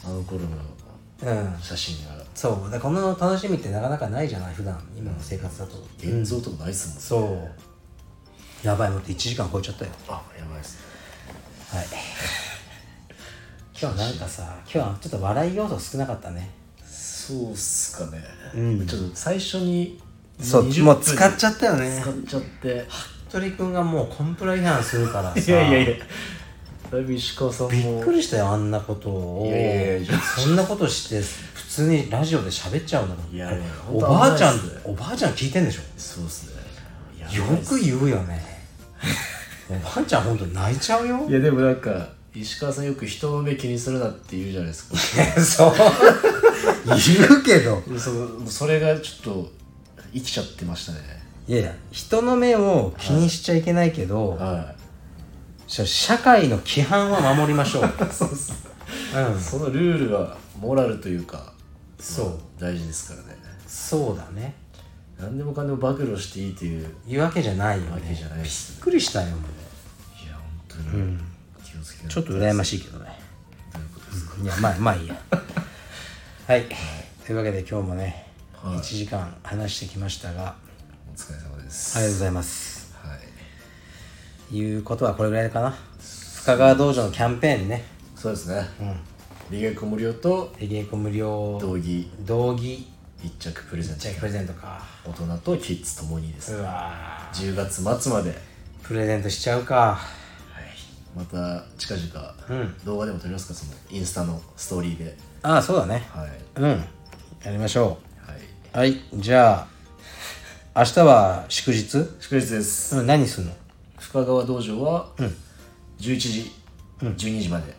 Speaker 2: あの頃の
Speaker 1: みうん
Speaker 2: 写真が
Speaker 1: そうだからこの楽しみってなかなかないじゃない普段今の生活だと、
Speaker 2: 現像とかないっすもん、
Speaker 1: そうやばいもって1時間超えちゃったよ
Speaker 2: あやばいっすね
Speaker 1: はい今日なんかさ今日はちょっと笑い要素少なかったね
Speaker 2: そうっすかね、
Speaker 1: うん
Speaker 2: ちょっと最初に
Speaker 1: そう
Speaker 2: 20
Speaker 1: もう使っちゃったよね
Speaker 2: 使っちゃって
Speaker 1: 服部君がもうコンプラ違反するからさ
Speaker 2: いやいやいやだいぶ石川さんも
Speaker 1: びっくりしたよあんなことを
Speaker 2: いやいやいや
Speaker 1: そんなことして普通にラジオで喋っちゃうんだもん
Speaker 2: いやいや
Speaker 1: おばあちゃん
Speaker 2: 本当危ないっす
Speaker 1: おばあちゃん聞いてんでしょ
Speaker 2: そうっすねやばい
Speaker 1: よ
Speaker 2: っす
Speaker 1: く言うよね おばあちゃんほんと泣いちゃうよ
Speaker 2: いやでもなんか石川さんよく人の目気にするなって言うじゃないですか
Speaker 1: そう言うけど
Speaker 2: そのそれがちょっと生きちゃってましたね
Speaker 1: いやいや人の目を気にしちゃいけないけど、
Speaker 2: は
Speaker 1: し社会の規範は守りましょう、
Speaker 2: いそうっす
Speaker 1: うん、
Speaker 2: そのルールはモラルというか
Speaker 1: そう
Speaker 2: 大事ですからね
Speaker 1: そうだね
Speaker 2: 何でもかんでも暴露していいという
Speaker 1: 言うわけじゃないよ
Speaker 2: わけ
Speaker 1: ね
Speaker 2: じゃないです
Speaker 1: びっくりしたよもう
Speaker 2: いや本当に気をつけない
Speaker 1: ちょっと羨ましいけどね
Speaker 2: どういうことですか
Speaker 1: いやまあまあいい やはいというわけで今日もね、
Speaker 2: はい
Speaker 1: 1時間話してきましたが
Speaker 2: お疲れ様です
Speaker 1: ありがとうご
Speaker 2: う
Speaker 1: ざいます
Speaker 2: はい
Speaker 1: いうことはこれぐらいかな深川道場のキャンペーンね
Speaker 2: そうですね理学無料と
Speaker 1: 手稽古無料
Speaker 2: 道着
Speaker 1: 道着
Speaker 2: 一着プレゼン
Speaker 1: じ
Speaker 2: ト
Speaker 1: ゃあプレゼントか
Speaker 2: 大人とキッズともにです
Speaker 1: う
Speaker 2: ね
Speaker 1: わ
Speaker 2: 10月末まで
Speaker 1: ープレゼントしちゃうか
Speaker 2: はい、また近々、動画でも撮りますかそのインスタのストーリーで
Speaker 1: ああそうだね
Speaker 2: はい、
Speaker 1: うんやりましょ
Speaker 2: はい、
Speaker 1: うはいじゃあ明日は祝日
Speaker 2: 祝日です、
Speaker 1: うん何すんの
Speaker 2: 深川道場は、11時、12時まで、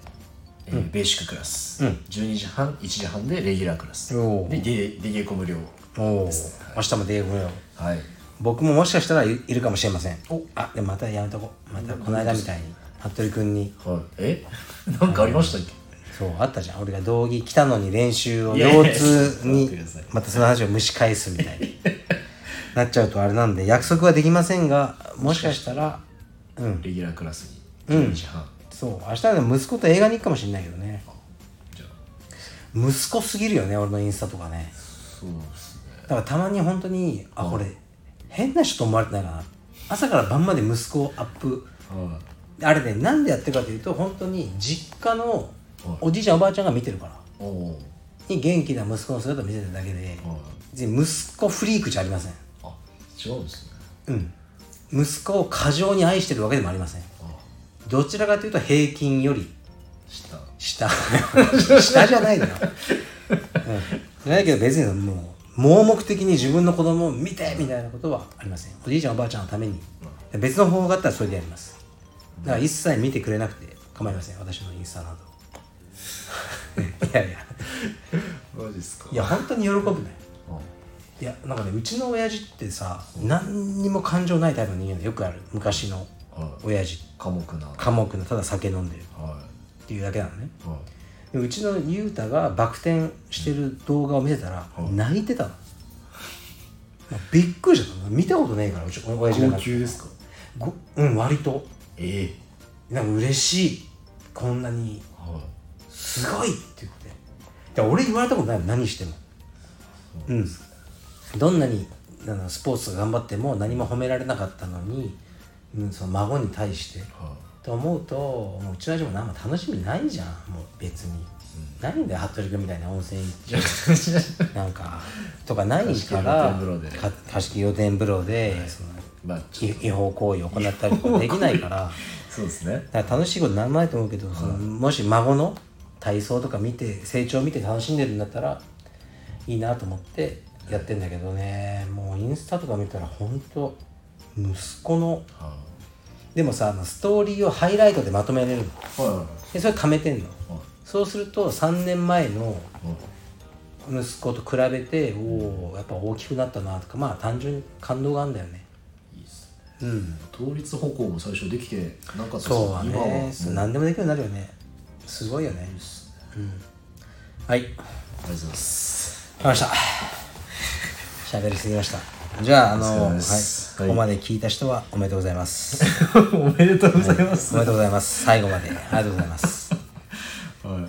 Speaker 2: えーベーシッククラス、12時半1時半でレギュラークラス
Speaker 1: おー
Speaker 2: で出稽古無料
Speaker 1: おお明日も出よう
Speaker 2: はい
Speaker 1: 僕ももしかしたらいいるかもしれません
Speaker 2: お
Speaker 1: あでもまたやめとこうまたこの間みたいに服部君に
Speaker 2: はいえ なんかありましたっけ
Speaker 1: そうあったじゃん俺が道着来たのに練習を
Speaker 2: いやいやいや
Speaker 1: 腰痛に
Speaker 2: ちょっと待ってください
Speaker 1: またその話を蒸し返すみたいになっちゃうとあれなんで約束はできませんがもしかしたらうん
Speaker 2: レギュラークラスに12時半、
Speaker 1: そう明日はでも息子と映画に行くかもしれないけどね
Speaker 2: じゃあ
Speaker 1: 息子すぎるよね俺のインスタとかね
Speaker 2: そうですね
Speaker 1: だからたまに本当にあこれ変な人と思われてないかな朝から晩まで息子をアップ
Speaker 2: は
Speaker 1: あれねなんでやってるかというと本当に実家の
Speaker 2: はい
Speaker 1: おじいちゃんおばあちゃんが見てるから
Speaker 2: いおお
Speaker 1: に元気な息子の姿を見せてるだけで
Speaker 2: はい
Speaker 1: 別に息子フリークじゃありません
Speaker 2: あ違うんですね
Speaker 1: うん息子を過剰に愛してるわけでもありません
Speaker 2: あ
Speaker 1: どちらかというと平均より
Speaker 2: した
Speaker 1: 下 下じゃないのよ、うん、じゃないけど別にもう盲目的に自分の子供を見てみたいなことはありませんおじいちゃんおばあちゃんのために別の方法があったらそれでやりますだから一切見てくれなくて構いません私のインスタなど いやいや
Speaker 2: マジですか
Speaker 1: いや本当に喜ぶね
Speaker 2: あ
Speaker 1: いやなんかねうちの親父ってさ何にも感情ないタイプの人間でよくある昔の
Speaker 2: はい
Speaker 1: 親父
Speaker 2: 寡黙なはい
Speaker 1: 寡黙なただ酒飲んでる
Speaker 2: は
Speaker 1: っていうだけなのねで
Speaker 2: い
Speaker 1: うちの雄太がバク転してる動画を見てたら
Speaker 2: うん
Speaker 1: 泣いてたの、びっくりしたの見たことねえからうち親父が
Speaker 2: 高級ですか
Speaker 1: ごうん割と
Speaker 2: ええ
Speaker 1: なんか嬉しいこんなに
Speaker 2: はい
Speaker 1: すごいって言ってで俺言われたことないの何してもうんどんなにあのスポーツ頑張っても何も褒められなかったのに、うん、その孫に対して
Speaker 2: は
Speaker 1: と思うともううちの味も何も楽しみないじゃんもう別に、ないんだよ服部君みたいな温泉行っ
Speaker 2: いは
Speaker 1: てなん かとかないか
Speaker 2: 貸し切り露
Speaker 1: ら
Speaker 2: 天風呂で
Speaker 1: か貸し切り露天風呂で、その
Speaker 2: いまあちょっ
Speaker 1: 違違法行為を行ったりとかできない から。
Speaker 2: とそうですね
Speaker 1: だから楽しいことなんもないと思うけど、そのもし孫の体操とか見て成長を見て楽しんでるんだったらいいなと思ってやってんだけどねもうインスタとか見たら本当息子の
Speaker 2: は
Speaker 1: でもさあのストーリーをハイライトでまとめれるの
Speaker 2: いはいはい
Speaker 1: でそれ貯めてんの
Speaker 2: は
Speaker 1: そうすると3年前の
Speaker 2: いはい
Speaker 1: 息子と比べておおやっぱ大きくなったなとかまあ単純に感動があるんだよね
Speaker 2: いいっすね
Speaker 1: うん
Speaker 2: 倒立歩行も最初できてなんか
Speaker 1: そうは
Speaker 2: 今はも
Speaker 1: ね
Speaker 2: う
Speaker 1: 何でもできるようになるよねすごいよね
Speaker 2: いいっすね
Speaker 1: はい
Speaker 2: ありがとうございます
Speaker 1: わかりました。喋りすぎました。じゃあ、あの、
Speaker 2: お疲れ様
Speaker 1: はい、
Speaker 2: です
Speaker 1: ここまで聞いた人はおめでとうございます。
Speaker 2: おめでとうございま
Speaker 1: おめでとうございます。最後まで、ありがとうございます。
Speaker 2: はい
Speaker 1: はい。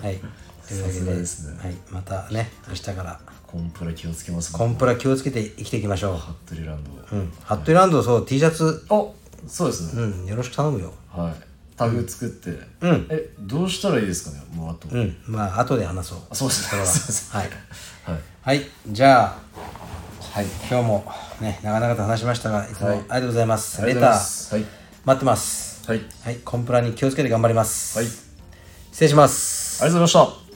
Speaker 1: というわけ
Speaker 2: さすがですね
Speaker 1: はい、またね、明日から、
Speaker 2: コンプラ気をつけます
Speaker 1: コ
Speaker 2: コ
Speaker 1: ンプラ気をつけて生きていきましょ
Speaker 2: ハットリランド
Speaker 1: う。うん。ハットリランド、そう、T シャツ、
Speaker 2: あそうです
Speaker 1: う
Speaker 2: ね
Speaker 1: ん、よろしく頼むよ。
Speaker 2: はいタグ作って
Speaker 1: うん
Speaker 2: えどうしたらいいですかねもうあと
Speaker 1: うん。まあ、後で話そう。
Speaker 2: あそうですねそうですね
Speaker 1: はい。
Speaker 2: はい
Speaker 1: はい。じゃあ、
Speaker 2: はい
Speaker 1: 今日もね、長々と話しましたが、いつもあ
Speaker 2: はい
Speaker 1: りがとうございます。レター、
Speaker 2: はい
Speaker 1: 待ってます。
Speaker 2: はいありがとう
Speaker 1: はい、コンプラに気をつけて頑張ります。
Speaker 2: はい
Speaker 1: 失礼します。
Speaker 2: ございました